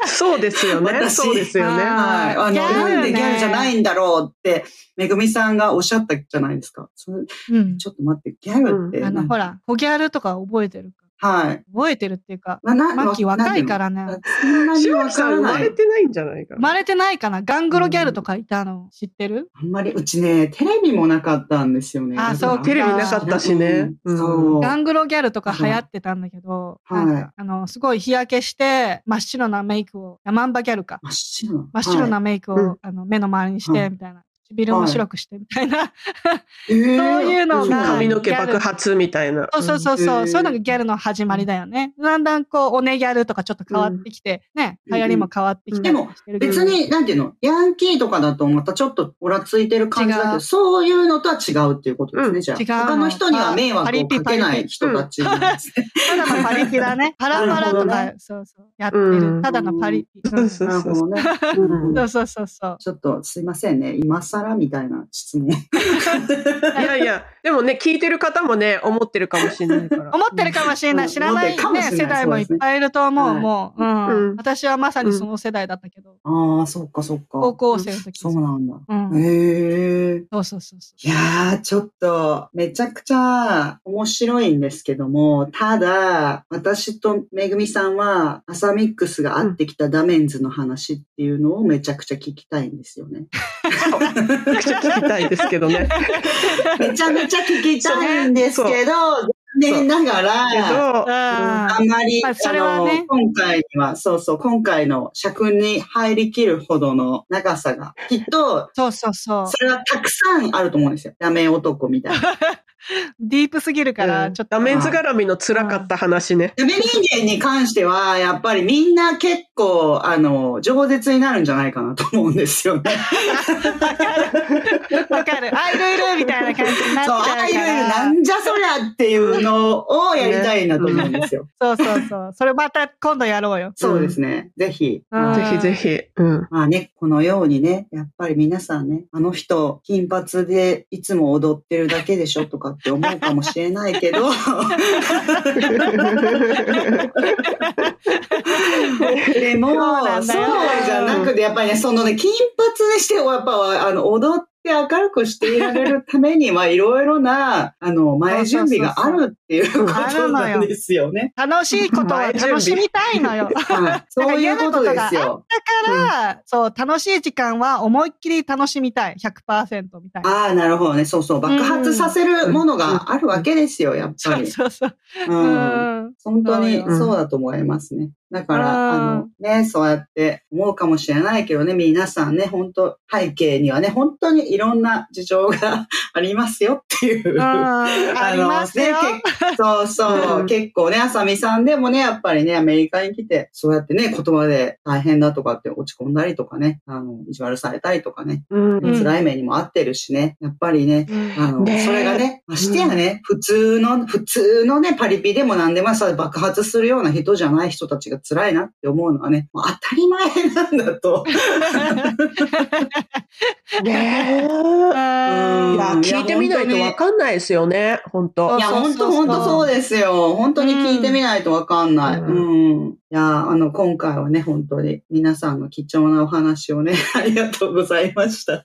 [SPEAKER 3] そうですよね。
[SPEAKER 2] 私
[SPEAKER 3] そうですよね。
[SPEAKER 1] あ
[SPEAKER 2] はい。あの、
[SPEAKER 1] ギャルね
[SPEAKER 2] なんでギャルじゃないんだろうって、めぐみさんがおっしゃったじゃないですか。それ
[SPEAKER 1] うん。
[SPEAKER 2] ちょっと待って、ギャルって
[SPEAKER 1] あ
[SPEAKER 2] なんか、
[SPEAKER 1] の、ほら、ホギャルとか覚えてるか
[SPEAKER 2] はい。
[SPEAKER 1] 覚えてるっていうか、
[SPEAKER 2] まあな
[SPEAKER 1] マッキー
[SPEAKER 2] わ
[SPEAKER 1] 若いから
[SPEAKER 2] なん
[SPEAKER 1] ね。
[SPEAKER 2] ていうのそんなに
[SPEAKER 3] しお
[SPEAKER 2] わ
[SPEAKER 3] り
[SPEAKER 2] か
[SPEAKER 3] さん
[SPEAKER 2] ら
[SPEAKER 3] 生
[SPEAKER 2] な
[SPEAKER 3] ま
[SPEAKER 2] い
[SPEAKER 3] れ。てないんじゃないか
[SPEAKER 1] 生ま
[SPEAKER 3] な。
[SPEAKER 1] れてないかなガングロギャルとかいたの、知ってる
[SPEAKER 2] あんまり、うちね、テレビもなかったんですよね。
[SPEAKER 1] あ
[SPEAKER 2] だから
[SPEAKER 1] そう
[SPEAKER 3] テレビなかったしね。
[SPEAKER 2] うん
[SPEAKER 3] うん
[SPEAKER 2] そう
[SPEAKER 1] ガングロギャルとか流行ってたんだけど、
[SPEAKER 2] はい
[SPEAKER 1] なんか、あの、すごい日焼けして、真っ白なメイクを、ヤマンバギャルか。
[SPEAKER 2] 真っ白な。
[SPEAKER 1] 真っ白
[SPEAKER 2] は
[SPEAKER 1] なメイクを、
[SPEAKER 3] うん
[SPEAKER 1] あの目の周りにし
[SPEAKER 2] は
[SPEAKER 1] て、
[SPEAKER 2] い
[SPEAKER 1] みたいな。唇も白くして、みたいな。
[SPEAKER 2] い。えー
[SPEAKER 1] そういうのが
[SPEAKER 3] 髪の毛
[SPEAKER 1] ギャル
[SPEAKER 3] 爆発みたいな。
[SPEAKER 1] そうそうそうそう、
[SPEAKER 2] うん
[SPEAKER 1] そういうのがギャルの始まりだよね。だんだんこう、おねギャルとかちょっと変わってきて、ね、
[SPEAKER 2] うん
[SPEAKER 1] 流行りも変わってきたり
[SPEAKER 2] うん
[SPEAKER 1] してるけど
[SPEAKER 2] 別に、なんていうの、ヤンキーとかだとまたちょっとおらついてる感じだけ
[SPEAKER 1] 違
[SPEAKER 2] ど、
[SPEAKER 1] う
[SPEAKER 2] そういうのとは違うっていうことですね、
[SPEAKER 3] うん
[SPEAKER 2] じゃあ。
[SPEAKER 1] 違うの
[SPEAKER 2] 他の人には迷惑をかけない人たちなんですね。
[SPEAKER 1] ただのパリピだ ね。パラパラと
[SPEAKER 2] な
[SPEAKER 1] か、
[SPEAKER 2] る
[SPEAKER 1] そうそう。やってる。
[SPEAKER 3] うん
[SPEAKER 1] ただのパリピ。うん
[SPEAKER 3] そ
[SPEAKER 1] そうう
[SPEAKER 2] なるほどね。
[SPEAKER 3] うん
[SPEAKER 1] そうそうそう。
[SPEAKER 2] ちょっとすいませんね。今更みたいな質問。
[SPEAKER 3] いやいや、でもね、聞いてる方もね、思ってるかもしれないか ら。
[SPEAKER 1] 思ってるかもしれな
[SPEAKER 2] う
[SPEAKER 1] い。
[SPEAKER 2] ん
[SPEAKER 1] 知らな
[SPEAKER 2] 思って
[SPEAKER 1] い
[SPEAKER 2] るかもしれ
[SPEAKER 1] ね、
[SPEAKER 2] ない
[SPEAKER 1] 世代もいっぱいいると思う、
[SPEAKER 2] そうですね
[SPEAKER 1] もう、うん
[SPEAKER 3] うん
[SPEAKER 1] 私はまさにその世代だったけど、
[SPEAKER 2] ああ、そっかそっ
[SPEAKER 1] 高
[SPEAKER 2] か。
[SPEAKER 1] 校生の時です
[SPEAKER 2] そうなんだ。
[SPEAKER 1] うん
[SPEAKER 2] へえ。
[SPEAKER 1] そうそうそうそ
[SPEAKER 2] いやー、ちょっと、めちゃくちゃ面白いんですけども、ただ、私とめぐみさんは、アサミックスが合ってきたダメンズの話っていうのをめちゃくちゃ聞きたいんです よね。
[SPEAKER 3] めちゃくちゃ聞きたいですけどね。
[SPEAKER 2] めちゃめちゃ聞きたいんですけど、残念なが
[SPEAKER 3] け
[SPEAKER 2] ら、
[SPEAKER 3] ど、
[SPEAKER 1] う。
[SPEAKER 2] あんまり、
[SPEAKER 1] まあそれはね
[SPEAKER 2] あの、今回には、そうそう、今回の尺に入りきるほどの長さが、きっと、
[SPEAKER 1] そうそうそう
[SPEAKER 2] そ。れはたくさんあると思うんですよ。ダメ男みたいな。
[SPEAKER 1] ディープすぎるから、
[SPEAKER 3] うん
[SPEAKER 1] ちょっと。
[SPEAKER 3] ダメンズ絡みの辛かった話ね。
[SPEAKER 2] ダメ人間に関しては、やっぱりみんな結構、あの、饒舌になるんじゃないかなと思うんで すよね。
[SPEAKER 1] わかる。あ、いるいるみたいな感じになっち
[SPEAKER 2] そう、
[SPEAKER 1] ゃ
[SPEAKER 2] あいろいろな
[SPEAKER 1] うん
[SPEAKER 2] じゃそりゃっていうのをやりたいなと思うんですよ。
[SPEAKER 1] から。そうそうそう。それまた今度やろうよ。
[SPEAKER 2] そうですね。ぜひ。
[SPEAKER 1] うん
[SPEAKER 2] まあ
[SPEAKER 3] ぜひぜひ。うん。
[SPEAKER 2] まあね、このようにね、やっぱり皆さんね、あの人、金髪でいつも踊ってるだけでしょとかって思うかもしれないけど、で
[SPEAKER 1] そ
[SPEAKER 2] も、
[SPEAKER 1] う
[SPEAKER 2] そう
[SPEAKER 1] なんだよ
[SPEAKER 2] じゃなくて、やっぱりね、そのね、金髪にして、やっぱ、あの、踊って、明るくしていられるためには、いろいろ な、あの、前準備があるっていう ことなんですよね。
[SPEAKER 1] 楽しいことは楽しみたいのよ。
[SPEAKER 2] はいそういうことですよ。
[SPEAKER 1] だから、そう、楽しい時間は思いっきり楽しみたい。100%みたいな。
[SPEAKER 2] ああ、なるほどね。そうそう。爆発させるものがあるわけですよ、やっぱ
[SPEAKER 1] そう
[SPEAKER 2] り。
[SPEAKER 1] そうそう。う
[SPEAKER 2] う
[SPEAKER 1] んん。
[SPEAKER 2] 本当に
[SPEAKER 1] うん
[SPEAKER 2] そうだと思いますね。だから、
[SPEAKER 1] うん
[SPEAKER 2] あの、ね、そうやって思うかもしれないけどね、皆さんね、本当背景にはね、本当にいろんな事情が ありますよっていう。
[SPEAKER 3] うん
[SPEAKER 1] ありますよ
[SPEAKER 2] ね、けそうそう、
[SPEAKER 3] うん
[SPEAKER 2] 結構ね、あさみさんでもね、やっぱりね、アメリカに来て、そうやってね、言葉で大変だとかって落ち込んだりとかね、あの、意地悪されたりとかね、
[SPEAKER 3] うん
[SPEAKER 2] 辛い目にも合ってるしね、やっぱりね、あの、
[SPEAKER 3] ねえ
[SPEAKER 2] それがね、ましてやね、普通の、普通のね、パリピでも何でもさ、爆発するような人じゃない人たちが辛いなって思うのはね、もう当たり前なんだ と。
[SPEAKER 3] ね
[SPEAKER 1] うん
[SPEAKER 3] え。いや、
[SPEAKER 2] うん
[SPEAKER 3] 聞いてみないとわかんないですよね、本当
[SPEAKER 2] いや、
[SPEAKER 1] そう
[SPEAKER 2] 本
[SPEAKER 1] そう
[SPEAKER 2] 当
[SPEAKER 1] そう
[SPEAKER 2] 本当そうですよ。本当に聞いてみないとわかんない。
[SPEAKER 3] う
[SPEAKER 2] うんん。いや、あの、今回はね、本当に皆さんの貴重なお話をね、 ありがとうございました。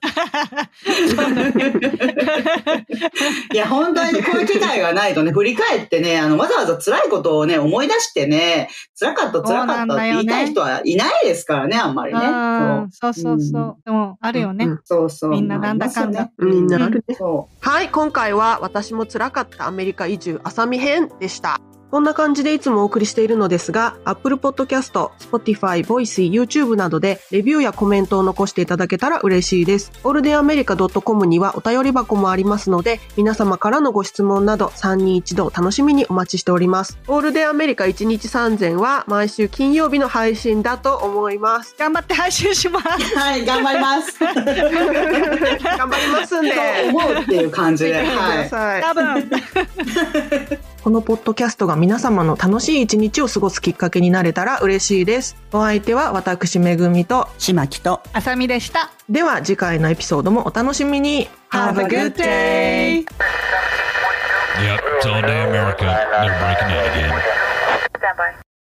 [SPEAKER 2] いや、本当にねこういう機会がないとね、振り返ってね、あの、わざわざ辛いことをね、思い出してね、辛かった辛かったって言いたい人はいないですからね、あんまりね。
[SPEAKER 1] うんそう
[SPEAKER 2] そ
[SPEAKER 1] そ
[SPEAKER 2] う
[SPEAKER 1] うそう。でも、あるよね。
[SPEAKER 3] うんうん
[SPEAKER 2] そうそう。
[SPEAKER 1] みんななんだかんだ。
[SPEAKER 2] まあ。ありますよね
[SPEAKER 3] みんなあるね。
[SPEAKER 2] そう。
[SPEAKER 3] はい、今回は私も辛かったアメリカ移住浅見編でした。こんな感じでいつもお送りしているのですが、Apple Podcast、Spotify、Voice、YouTube などでレビューやコメントを残していただけたら嬉しいです。オールデンアメリカ .com にはお便り箱もありますので、皆様からのご質問など3人一度楽しみにお待ちしております。オールデンアメリカ1日3000は毎週金曜日の配信だと思います
[SPEAKER 1] 頑張って配信し ます。
[SPEAKER 2] はい、頑張ります。
[SPEAKER 3] 頑張りますんで。
[SPEAKER 2] と思うっていう感じ
[SPEAKER 3] 見
[SPEAKER 2] で。
[SPEAKER 3] てみてく
[SPEAKER 2] は
[SPEAKER 3] だ
[SPEAKER 2] い。
[SPEAKER 3] さい。
[SPEAKER 1] 多分。
[SPEAKER 3] このポッドキャストが皆様の楽しい一日を過ごすきっかけになれたら嬉しいです。お相手は私めぐみと。
[SPEAKER 2] ちまきと。
[SPEAKER 1] あさみでした。
[SPEAKER 3] では次回のエピソードもお楽しみに。
[SPEAKER 2] Have a good day.
[SPEAKER 4] Yep, it's all day America. They're breaking out again.
[SPEAKER 7] Stand by.